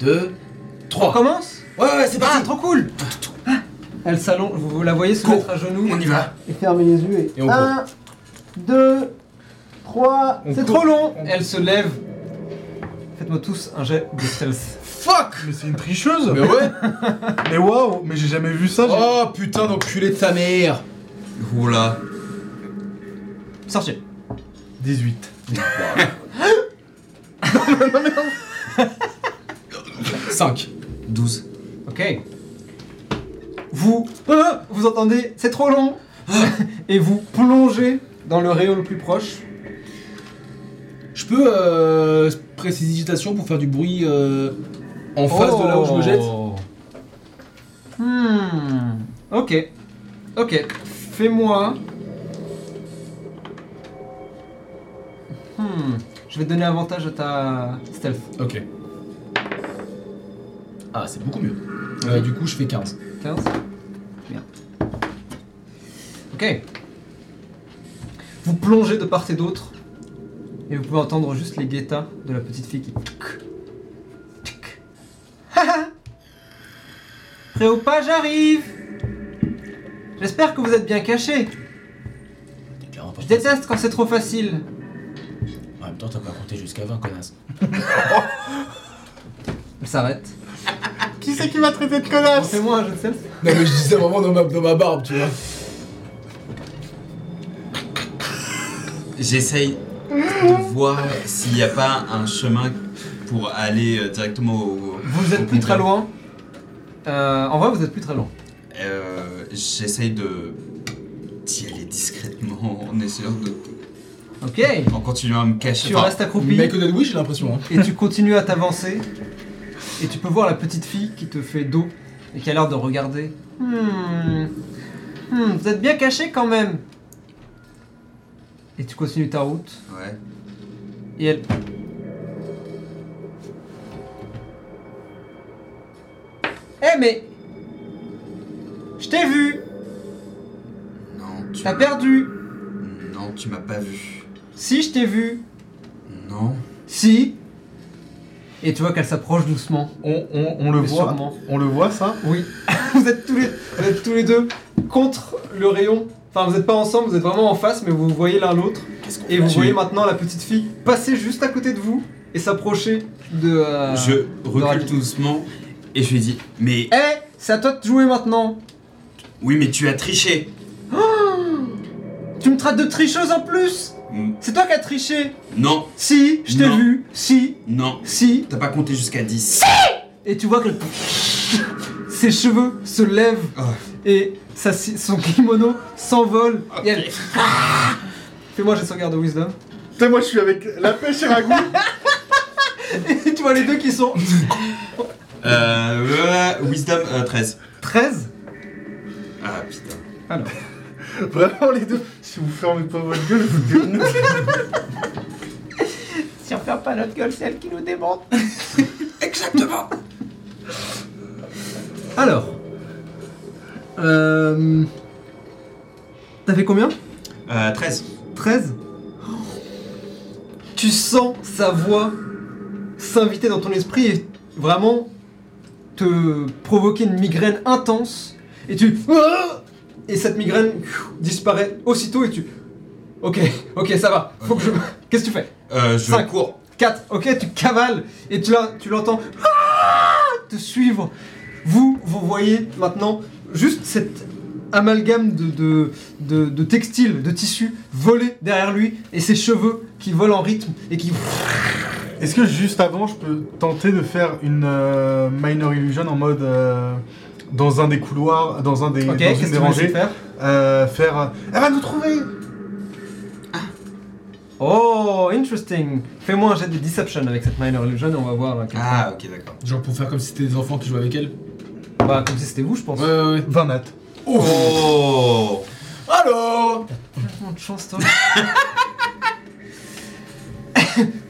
2, 3. On commence Ouais, ouais, c'est Ah, parti trop cool Ah, Elle s'allonge, vous, vous la voyez se Cours. mettre à genoux. On y va. Et fermez les yeux Et on court. 1, 2, 3. On C'est court. trop long Elle se lève. Faites-moi tous un jet de stealth. Fuck Mais oh. c'est une tricheuse Mais ouais Mais waouh Mais j'ai jamais vu ça j'ai- Oh putain d'enculé de ta mère euh, Oula. Sortez. 18. non, mais non. 5. 12. Ok. Vous, euh, vous entendez, c'est trop long. Ah. Et vous plongez dans le rayon le plus proche. Je peux euh, précision pour faire du bruit euh, Oh. en face de là où je me jette Hmm. Ok. Ok. Fais-moi. Hmm. Je vais te donner avantage à ta stealth. Ok. Ah, c'est beaucoup mieux. Euh, du coup, je fais 15. 15 Merde. Ok. Vous plongez de part et d'autre. Et vous pouvez entendre juste les guettas de la petite fille qui. Prêt ou pas, j'arrive J'espère que vous êtes bien cachés. T'es clairement pas Je déteste quand c'est trop facile. En même temps, t'as pas compté jusqu'à 20, connasse. Elle s'arrête. Qui c'est qui m'a traité de connasse Fais-moi un jeu de stealth. Non, mais je disais vraiment dans ma, dans ma barbe, tu vois. J'essaye de voir s'il n'y a pas un chemin pour aller euh, directement au. Vous au êtes plus compteur. très loin. Euh, en vrai, vous êtes plus très loin. Euh, J'essaye de. d'y aller discrètement en essayant de. Ok. en continuant à me cacher. Tu Enfin, restes accroupi. Mec de oui, j'ai l'impression. Hein. Et tu continues à t'avancer. Et tu peux voir la petite fille qui te fait dos et qui a l'air de regarder. Hmm. Hmm, vous êtes bien caché quand même. Et tu continues ta route. Ouais. Et elle. Eh mais. Je t'ai vu Non, tu. T'as perdu Non, tu m'as pas vu. Si, je t'ai vu Non. Si Et tu vois qu'elle s'approche doucement. on, on- on le Mais voit, sûrement. on le voit ça Oui. vous, êtes tous les, vous êtes tous les deux contre le rayon. Enfin, vous n'êtes pas ensemble, vous êtes vraiment en face, mais vous voyez l'un l'autre. Qu'est-ce qu'on Et vous fait voyez maintenant la petite fille passer juste à côté de vous et s'approcher de. euh, Je Dora- recule tout doucement et je lui dis Mais. Eh C'est à toi de jouer maintenant Oui, mais tu as triché Tu me traites de tricheuse en plus Mm, C'est toi qui as triché Non, Si, je t'ai Non. vu Si, non. si T'as pas compté jusqu'à 10. Et tu vois que. Ses cheveux se lèvent Ah. et sa, si- son kimono s'envole. Et elle. Ah. Fais-moi, j'ai sauvegarde de wisdom. Putain, moi je suis avec la pêche et ragout. Et tu vois les deux qui sont Euh. ouais, wisdom euh, 13. 13 Ah putain. Alors, Vraiment les deux. Si vous fermez pas votre gueule, vous dégoûtez. si on ferme pas notre gueule, c'est elle qui nous démonte. Exactement Alors, euh... T'as fait combien Euh, 13. 13 Tu sens sa voix s'inviter dans ton esprit et vraiment te provoquer une migraine intense. Et tu. ah Et cette migraine pfiou, disparaît aussitôt et tu. Ok, ok, ça va. Faut que je. Qu'est-ce que tu fais Euh, je Cinq. cours. 4, ok, tu cavales et tu l'as- tu l'entends Ah te suivre. Vous, vous voyez maintenant juste cet amalgame de, de, de, de textiles, de tissus volés derrière lui et ses cheveux qui volent en rythme et qui Est-ce que juste avant, je peux tenter de faire une euh, minor illusion en mode euh, dans un des couloirs, dans un des, Ok, dans une qu'est-ce que des tu veux rangées, essayer de faire euh, faire. euh, Elle va nous trouver. Oh, interesting. Fais-moi un jet de deception avec cette minor illusion et on va voir. euh, quel- Ah, ok, d'accord. Genre pour faire comme si c'était des enfants qui jouaient avec elle. Bah, comme si c'était vous, je pense. Ouais, ouais, ouais. 20 nattes. Oh Allô Tellement de chance, toi.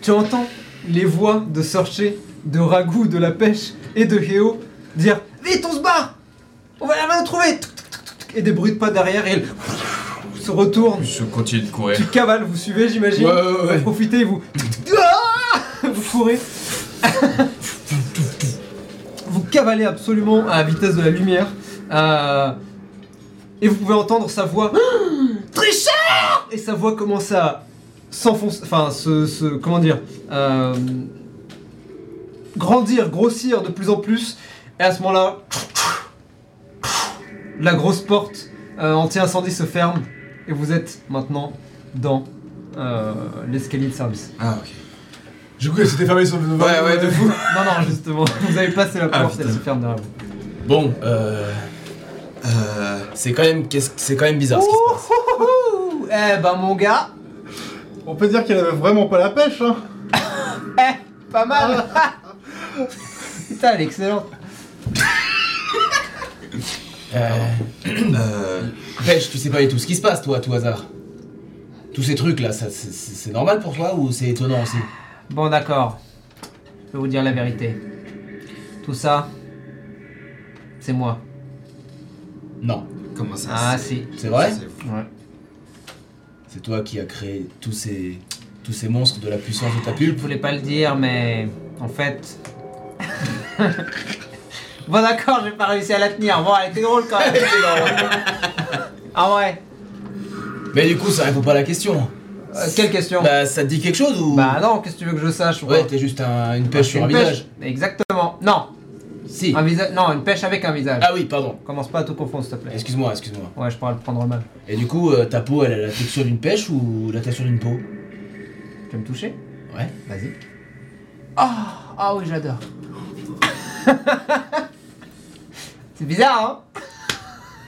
tu entends les voix de Sorcher, de Ragout, de la pêche et de Héo dire Vite, on se barre On va la retrouver Tuk, tuk, tuk, tuk. Et des bruits de pas derrière et elle se retourne. Je continue de courir. Tu cavales, vous suivez, j'imagine Ouais, ouais, ouais. Vous profitez et vous. tuk, tuk, tuk. Ah vous courez. vous cavalez absolument à la vitesse de la lumière. euh, et vous pouvez entendre sa voix. Tricheur Et sa voix commence à s'enfoncer. Enfin, se, se- Comment dire euh, Grandir, grossir de plus en plus. Et à ce moment-là. La grosse porte euh, anti-incendie se ferme. Et vous êtes maintenant dans euh, l'escalier de service. Ah, ok. Du coup, elle s'était fermée sur le Ouais, ouais, de fou. Non, non, justement, vous avez passé la Ah, porte, elle putain. se ferme derrière vous. Bon, euh. Euh. C'est quand même, qu'est-ce- c'est quand même bizarre ce qui Oh se passe. Ouh, eh ben mon gars, On peut dire qu'elle avait vraiment pas la pêche. Hein. eh, pas mal Ah. Putain, elle est excellente Euh, Euh. Pêche, tu sais pas du tout ce qui se passe, toi, à tout hasard. Tous ces trucs là, ça, c'est- c'est c'est normal pour toi ou c'est étonnant aussi Bon, d'accord, je vais vous dire la vérité. Tout ça, c'est moi. Non, Comment ça Ah, si. c'est vrai c'est fou. C'est toi qui as créé tous ces, tous ces monstres de la puissance de ta Je pulpe. voulais pas le dire, mais en fait. bon, d'accord, j'ai pas réussi à la tenir. Bon, elle était drôle quand même. ah ouais Mais du coup, ça répond pas à la question. Euh, Quelle question Bah, ça te dit quelque chose ou Bah, non, qu'est-ce que tu veux que je sache ou quoi Ouais, t'es juste un- une pêche sur un Une visage. pêche. Exactement. Non, Si. Un visage, non, une pêche avec un visage. Ah oui, pardon. Commence pas à tout confondre, s'il te plaît. Excuse-moi, excuse-moi. Ouais, je pourrais le prendre mal. Et du coup, euh, ta peau, elle a la texture d'une pêche ou la texture d'une peau Tu veux me toucher Ouais. Vas-y. Ah, ah oui, j'adore. C'est bizarre,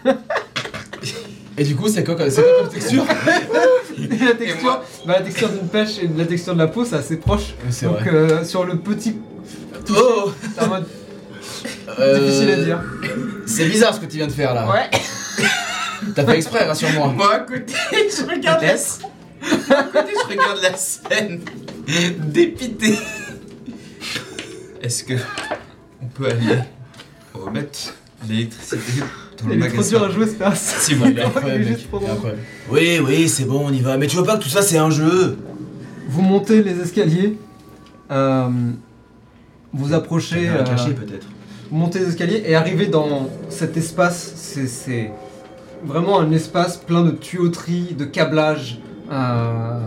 hein Et du coup, c'est quoi, comme- c'est quoi comme texture La Et texture, moi bah, la texture d'une pêche et de la texture de la peau, c'est assez proche. C'est Donc vrai. euh, sur le petit, Oh c'est en mode Euh, difficile à dire. C'est bizarre ce que tu viens de faire là. Ouais. T'as fait exprès, rassure-moi. Moi à côté, je regarde la Peut-être. scène. Moi, à côté, je regarde la scène. Dépité. Est-ce que on peut aller remettre l'électricité dans le Il est trop dur à magasin jouer, c'est pas ça. Si vous voulez. Il est incroyable, Il est juste mec. trop Il est drôle. incroyable. Oui, oui, c'est bon, on y va. Mais tu vois pas que tout ça, c'est un jeu Vous montez les escaliers. euh, vous approchez. T'as euh, un cachet, peut-être. monter les escaliers et arriver dans cet espace. c'est- C'est vraiment un espace plein de tuyauteries, de câblage euh,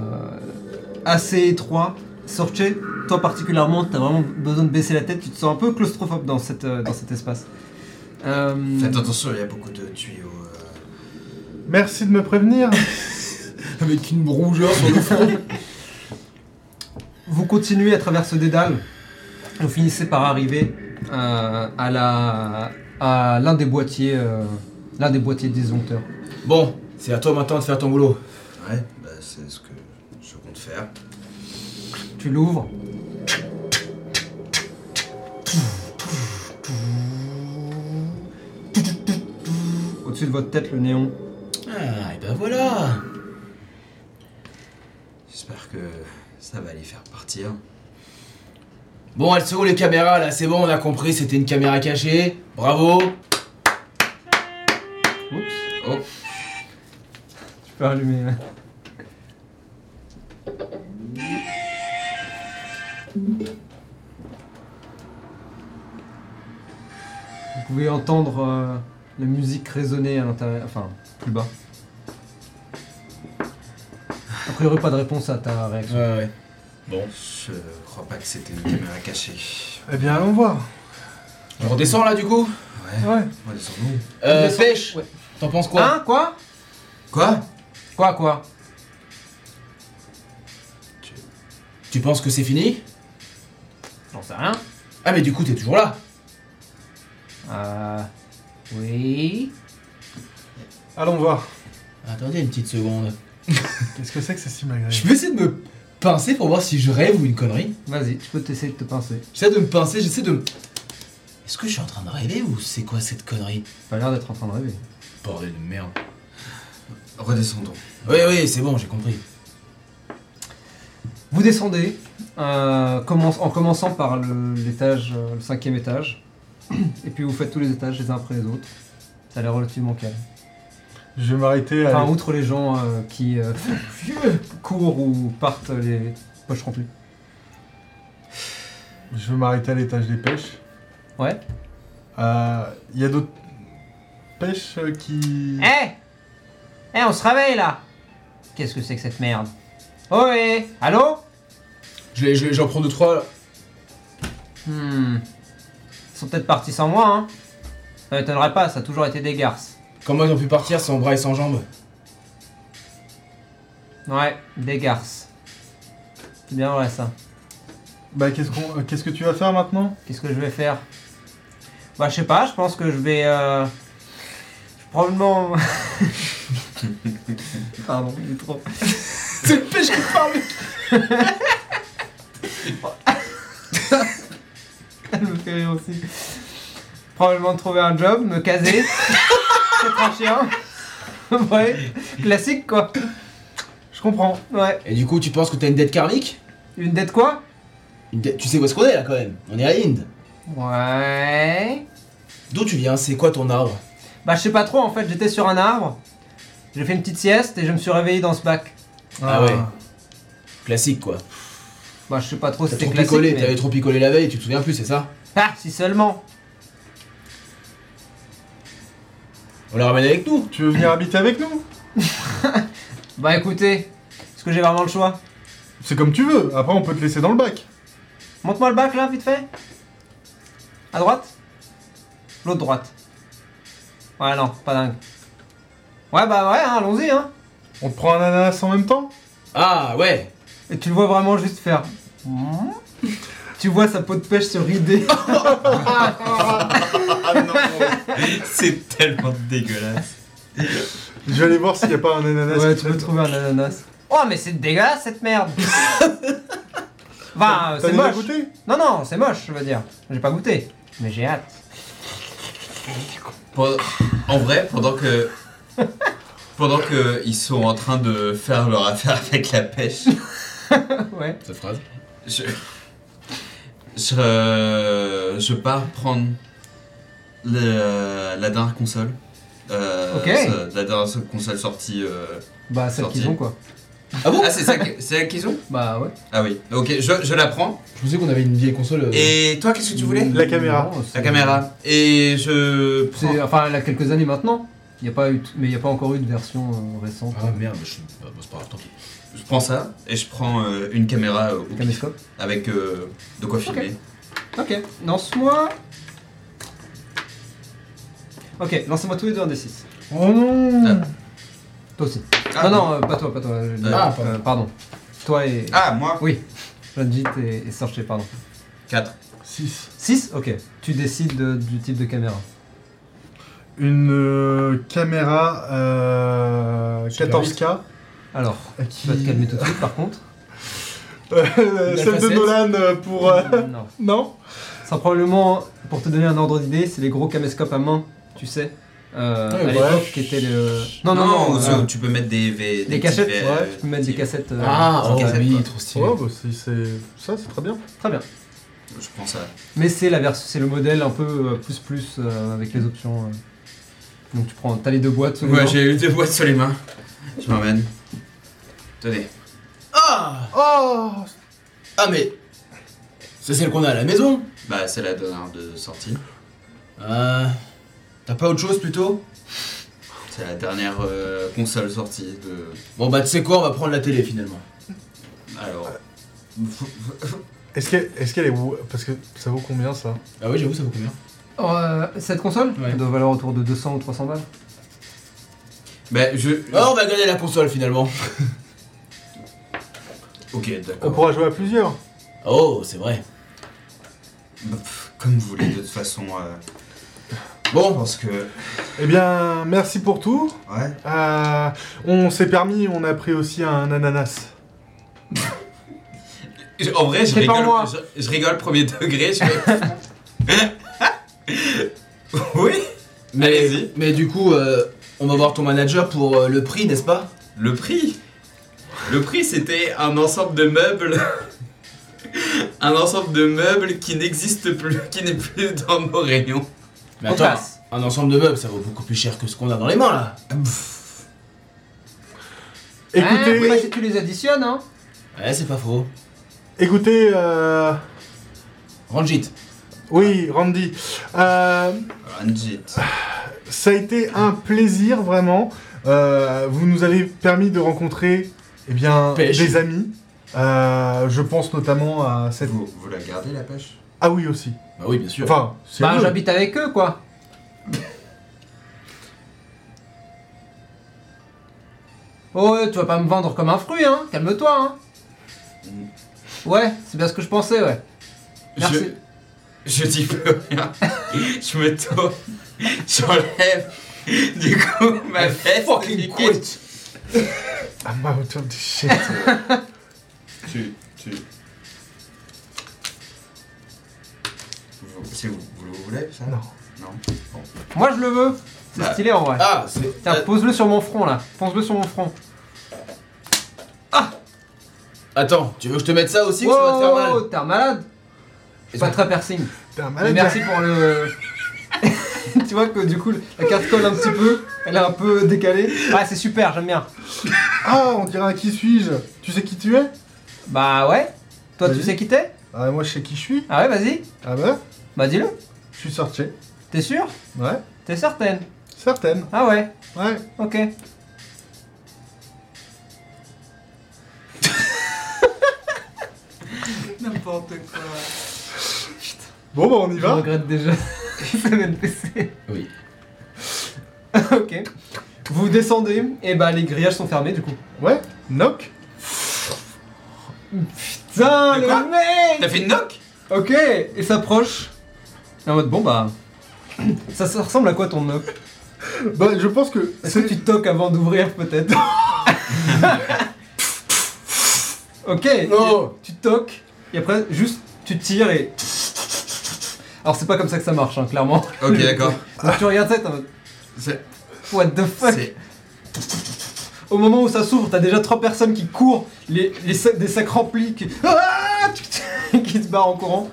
assez étroit. Sorche, toi particulièrement, t'as vraiment besoin de baisser la tête, tu te sens un peu claustrophobe dans, cette, euh, dans cet espace. Euh, Faites attention, il y a beaucoup de tuyaux. euh. Merci de me prévenir. Avec une rougeur sur le front. vous continuez à travers ce dédale, et vous finissez par arriver euh, à la à l'un des boîtiers, euh, l'un des boîtiers disjoncteurs. bon, c'est à toi maintenant de faire ton boulot. Ouais, bah, c'est ce que je compte faire. Tu l'ouvres. Au-dessus de votre tête, le néon. Ah, et ben voilà J'espère que ça va les faire partir. Bon, elles sont où les caméras là C'est bon, on a compris, c'était une caméra cachée. Bravo Oups. Oh. Tu peux allumer. là. Vous pouvez entendre euh, la musique résonner à l'intérieur, enfin plus bas. A priori, pas de réponse à ta réaction. Ouais, ouais. Bon. Je crois pas que c'était une caméra cachée. eh bien, allons voir. On redescend là du coup Ouais, Ouais. ouais, ils sont bons. Euh, Redescend- pêche ouais. T'en penses Ah, quoi Hein Quoi Quoi Quoi quoi Tu penses que c'est fini Ah, mais du coup, t'es toujours là Ah. Oui. Allons voir. Attendez une petite seconde. Qu'est-ce que c'est que ces simagrées Je vais essayer de me pincer pour voir si je rêve ou une connerie. Vas-y, tu peux t'essayer de te pincer. J'essaie de me pincer, j'essaie de. me- Est-ce que je suis en train de rêver ou c'est quoi cette connerie Pas l'air d'être en train de rêver. Bordel de merde. Redescendons. Oui, oui, c'est bon, j'ai compris. Vous descendez, euh, commence- en commençant par le- l'étage, euh, le cinquième étage, et puis vous faites tous les étages les uns après les autres. Ça a l'air relativement calme. Je vais m'arrêter à. Enfin, outre les gens euh, qui euh, courent ou partent les poches remplies. Je vais m'arrêter à l'étage des pêches. Ouais. Il y a d'autres pêches euh, qui. Eh, on se réveille là Qu'est-ce que c'est que cette merde Ohé Allô Je l'ai- je l'ai- J'en prends deux, trois. là. Hmm. Ils sont peut-être partis sans moi, hein Ça m'étonnerait pas, ça a toujours été des garces. Comment ils ont pu partir sans bras et sans jambes Ouais, des garces. C'est bien vrai ça. Bah, qu'est-ce qu'on- euh, qu'est-ce que tu vas faire maintenant Qu'est-ce que je vais faire Bah je sais pas, je pense que je vais... Euh... Probablement... Pardon, il est trop... C'est le pêche qui parle Elle me fait rire aussi. Probablement trouver un job, me caser, être un chien. ouais, classique quoi. Je comprends. Ouais. Et du coup, tu penses que t'as une dette karmique Une dette quoi Une dette- Tu sais où est-ce qu'on est là quand même On est à Inde. Ouais. D'où tu viens C'est quoi ton arbre Bah je sais pas trop en fait, j'étais sur un arbre, j'ai fait une petite sieste et je me suis réveillé dans ce bac. Ah ouais. Euh, Classique quoi. Bah je sais pas trop T'as c'était trop classique. picolé, mais- t'avais trop picolé la veille, tu te souviens plus, c'est ça Ah si seulement On l'a ramené avec nous Tu veux venir habiter avec nous Bah écoutez, est-ce que j'ai vraiment le choix C'est comme tu veux. Après, on peut te laisser dans le bac. Montre-moi le bac là, vite fait. À droite L'autre droite. Ouais, non, pas dingue. Ouais, bah ouais, hein, allons-y, hein. On te prend un ananas en même temps Ah ouais Et tu le vois vraiment juste faire. Tu vois sa peau de pêche se rider. Ah non C'est tellement dégueulasse. Je vais aller voir s'il n'y a pas un ananas. ouais, qui tu peux traîne. trouver un ananas. Oh, mais c'est dégueulasse cette merde. Bah, euh, T'as c'est déjà moche. goûté Non, non, c'est moche, je veux dire. J'ai pas goûté. Mais j'ai hâte. Pendant- En vrai, pendant que. Pendant que ils sont en train de faire leur affaire avec la pêche, Ouais. Cette phrase. je. Je, euh, je pars prendre le- la dernière console. Euh, Ok. ça- La dernière console sortie. euh. Bah, celle Sorti. qu'ils ont quoi. Ah bon Ah, c'est ça que- c'est la question Bah, ouais. Ah oui, ok, je, je la prends. Je pensais qu'on avait une vieille console. euh, Et toi, qu'est-ce que tu voulais La caméra. Non, c'est- La caméra. Et je prends. C'est, enfin, il y a quelques années maintenant. Il n'y a pas eu, t- mais il n'y a pas encore eu de version euh, récente. Ah merde, je suis. bah, bah, c'est pas grave, tant pis. Je prends ça et je prends euh, une caméra euh, au pif, Caméscope. avec euh, de quoi filmer. Ok. Lance-moi. Ok, lancez-moi tous les deux un des 6 Oh non Ah. Mmh. Toi aussi. Ah, non, non, euh, pas toi, pas toi. euh, Ah, euh, pardon. Toi et. Ah, moi Oui. Ranjit et, et Sorche, pardon. 4. 6. 6 Ok. Tu décides de- du type de caméra. Une euh, caméra euh, Super 14K. Alors, euh, tu Qui... vas te calmer tout de suite par contre. Euh, La Celle de facette. Nolan euh, pour. euh, Non. Non Ça probablement, pour te donner un ordre d'idée, c'est les gros caméscopes à main, tu sais. Euh, Ouais, à ouais. l'époque, qui étaient le. Non, non, non. tu- euh, tu peux mettre des, V- Des petits cachettes, V- ouais, tu peux mettre des petits- cassettes. euh, Ah, sans oh, cassette, oui, quoi. trop stylé. Oh, bah, si c'est. Ça, c'est très bien. Très bien. Je prends ça. Mais c'est la version, c'est le modèle un peu euh, plus plus euh, avec les options. euh. Donc tu prends, t'as les deux boîtes. seulement. Ouais, j'ai eu deux boîtes sur les mains. Je m'emmène. Tenez. Ah Oh Ah, mais. C'est celle qu'on a à la maison Bah, c'est la dernière de sortie. Euh. T'as pas autre chose plutôt C'est la dernière euh, console sortie de. Bon bah tu sais quoi, on va prendre la télé finalement. Alors. Est-ce qu'elle est, qu'elle est. ou- Parce que ça vaut combien ça Ah ouais j'avoue ça vaut combien Euh, cette console, Ouais. elle doit valoir autour de 200 ou 300 balles. Bah, je. Ah on va gagner la console finalement. Ok, On d'accord. pourra jouer à plusieurs. Oh c'est vrai. Bah, pff, Comme vous voulez, de toute façon. euh, Je Bon, pense que. Eh bien, merci pour tout. Ouais. Euh, on s'est permis, on a pris aussi un ananas. Je- En vrai, je C'est pas rigole, moi. je, je rigole premier degré. Je... fais- oui mais, Allez-y. mais du coup, euh, on va voir ton manager pour euh, le prix, n'est-ce pas Le prix Le prix, c'était un ensemble de meubles. un ensemble de meubles qui n'existe plus, qui n'est plus dans nos rayons. Mais On attends, passe. un ensemble de meubles, ça vaut beaucoup plus cher que ce qu'on a dans les mains là. Écoutez, Hein, après, si tu les additionnes, hein. Ouais, c'est pas faux. écoutez, euh, Ranjit, oui, Randy. Euh, Ranjit. Ça a été un plaisir vraiment. Euh, vous nous avez permis de rencontrer eh bien, Pêche. des amis. Euh, je pense notamment à cette. Vous, vous la gardez la pêche Ah oui aussi. bah oui, bien sûr. Enfin, c'est Bah, vous. j'habite avec eux, quoi. Oh, ouais, tu vas pas me vendre comme un fruit, hein. Calme-toi, hein. Ouais, c'est bien ce que je pensais, ouais. Merci. Je, je dis plus rien. je me tourne. J'enlève. Du coup, ma veste. Fucking quit Ah, ma hauteur de shit. Tu, tu. Vous- Si vous, vous le voulez, ça Non. Non. Moi, je le veux. C'est Bah. stylé, en vrai. Ah, c'est. Tiens, Ah, pose-le sur mon front, là. Fonce-le sur mon front. Attends, tu veux que je te mette ça aussi ou ça va te faire mal Oh, t'es un malade. C'est pas très piercing. T'es un Mais malade. merci pour le. tu vois que du coup la carte colle un petit peu, elle est un peu décalée. Ah c'est super, j'aime bien. Ah, on dirait un qui suis-je Tu sais qui tu es Bah ouais. Toi tu Vas-y. sais qui t'es Ah, moi je sais qui je suis. Ah ouais vas-y. Ah bah, Bah dis-le. je suis sorti. T'es sûr Ouais, T'es certaine certaine. Ah ouais. Ouais. Ok. N'importe quoi. Bon, bah on y Je va. regrette déjà. Ça m'a blessé. Oui. ok. Vous descendez et bah les grillages sont fermés du coup. Ouais, knock. Putain De le quoi mec T'as fait une knock Ok, et s'approche. En mode bon bah. Ça, ça ressemble à quoi ton knock Bah, je pense que. Est-ce que tu toques avant d'ouvrir peut-être Ok, Non. tu toques et après juste tu tires et. Alors c'est pas comme ça que ça marche, hein, clairement. Ok, d'accord. Donc tu regardes ça et t'es en mode, C'est. What the fuck c'est- Au moment où ça s'ouvre, t'as déjà trois personnes qui courent, les, les sacs- des sacs remplis qui. Ah qui se barrent en courant.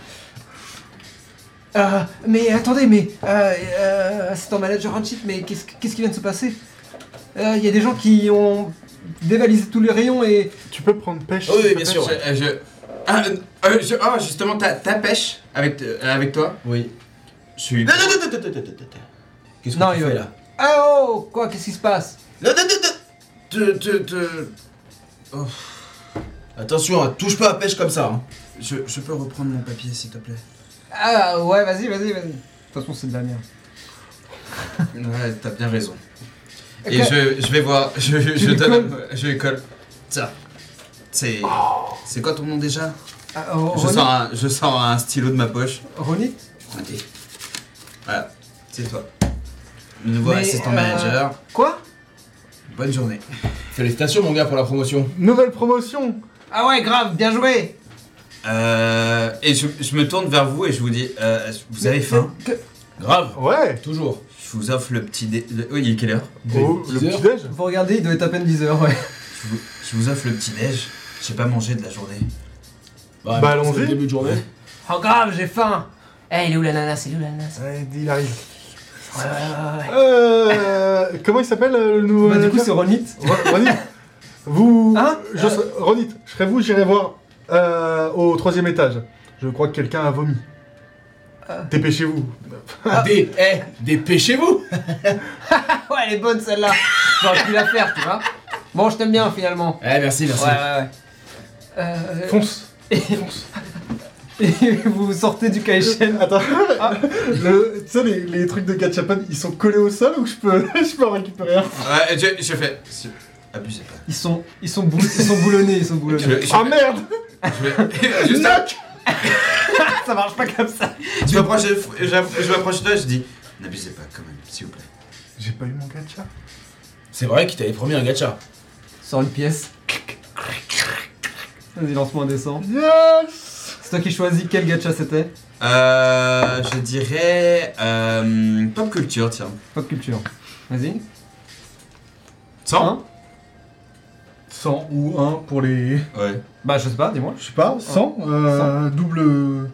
Euh, mais attendez, mais. euh, euh, c'est en manager en cheat, mais qu'est-ce que- qu'est-ce qui vient de se passer Il y a des gens qui ont dévalisé tous les rayons et. Tu peux prendre pêche Oui, s'il te bien plaît sûr. Je- euh, je- Ah, euh, euh, je- ah, justement, ta, ta pêche avec, euh, avec toi Oui. Je suis. Non, non, non, non, non, non, non, non, non. Qu'est-ce que Non, tu il fais va- là Ah oh Quoi Qu'est-ce qui se passe Non, non, non, non Te- te- te- Oh. Attention, hein, touche pas à pêche comme ça. hein. Je, je peux reprendre mon papier, s'il te plaît Ah ouais, vas-y, vas-y, vas-y. De toute façon, c'est de la merde. Ouais, t'as bien raison. Et Ok. je, je vais voir. Je, je, je lui donne. Je lui colle. Tiens. C'est. C'est quoi ton nom déjà Ah, oh, je Ronit- sors, un, je sors un stylo de ma poche. Ronit Attendez. Voilà, c'est toi. Le nouveau Mais, assistant euh, manager. Quoi Bonne journée. Félicitations, mon gars, pour la promotion. Nouvelle promotion. Ah ouais, grave, bien joué Euh, et je, je me tourne vers vous et je vous dis, euh, vous avez faim Que- Grave, Ouais. toujours. Je vous offre le petit dé... le- Oui, il est quelle heure Oh, le Teaser. petit déj. Vous regardez, il doit être à peine 10h, ouais. je vous, je vous offre le petit déj. J'ai pas mangé de la journée. Bah, Bah, c'est allons-y. le début de journée. Oh grave, j'ai faim Eh, il est où l'ananas Il est où l'ananas Ouais, il arrive. Ouais, ouais, ouais, ouais. Euh, comment il s'appelle euh, le nouveau Bah, du coup, manager c'est Ronit. Ro- Ronit, vous. Hein je serai- Ronit, je serai vous, j'irai voir euh, au troisième étage. Je crois que quelqu'un a vomi. Ah. Dépêchez-vous. Dé- eh, dépêchez-vous Ouais, Oh, elle est bonne celle-là J'aurais pu la faire, tu vois. Bon, je t'aime bien finalement. Eh, merci, Ouais, merci. ouais, ouais. Euh, Fonce. et vous sortez du Kaishen. Attends. Le- tu sais, les, les trucs de Gatchapan, ils sont collés au sol ou je peux, je peux en récupérer un Ouais, je, je fais. je- Abusez pas. Ils sont, ils sont, Ah, bou- ils sont boulonnés, ils sont Je, boulonnés. je- Ah merde je- juste, Knock ça marche pas comme ça. Je m'approche de je- je m'approche de toi, je dis N'abusez pas quand même, s'il vous plaît. J'ai pas eu mon gacha. C'est vrai qu'il t'avait promis un gacha. Sors une pièce. Vas-y, lance-moi un dessin. Yes C'est toi qui choisis quel gacha c'était Euh, je dirais. Euh, pop culture, tiens. Pop culture. Vas-y. 100 100 ou 1 pour les. Hein Ouais. Bah, je sais pas, dis-moi. Je sais pas, 100 euh, Double.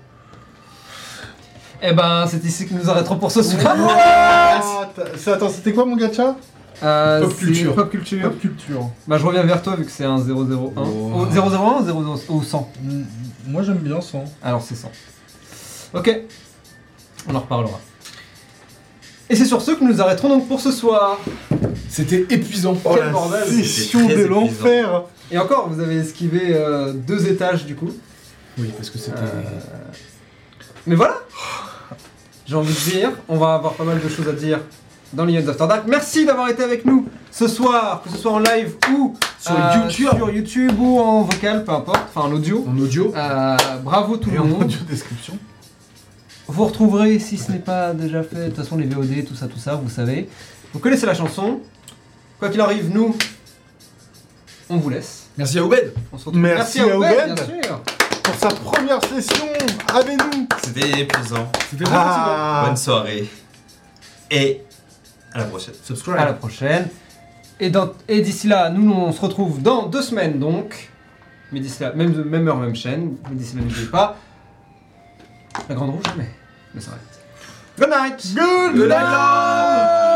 Eh ben, c'est ici que nous arrêterons pour ce soir. Ah, t'as- c'est- Attends, c'était quoi mon gacha Euh, Pop c'est culture. Pop culture. Pop culture. Bah, je reviens vers toi vu que c'est un 001. Oh. Oh, 001 ou 00 ou 100 Mm, Moi j'aime bien 100. Alors, c'est 100. Ok. On en reparlera. Et c'est sur ce que nous arrêterons donc pour ce soir. C'était épuisant. Oh Quel la bordel. session C'était de très épuisant. l'enfer Et encore, vous avez esquivé euh, deux étages du coup. Oui, parce que c'était. Euh, Mais voilà J'ai envie de dire, on va avoir pas mal de choses à dire dans Lions After Dark. Merci d'avoir été avec nous ce soir, que ce soit en live ou euh, Sur YouTube. sur YouTube ou en vocal, peu importe, enfin en audio. En audio. Euh, bravo tout Et le en monde. audio description. Vous retrouverez, si ce n'est pas déjà fait, de toute façon les VOD, tout ça, tout ça, vous savez. Vous connaissez la chanson. Quoi qu'il arrive, nous, on vous laisse. Merci à Obed. On se retrouve. Merci à Owen, Owen. bien sûr. Pour sa première session avec nous C'était épuisant. C'était vraiment Ah Bonne soirée. Et à la prochaine. Subscribe. à la prochaine. Et, dans- et d'ici là, nous, on se retrouve dans deux semaines donc. Mais d'ici là, même, même heure, même chaîne. Mais d'ici là, n'oubliez pas. La grande roue, jamais. Mais ça reste. Good night! Good night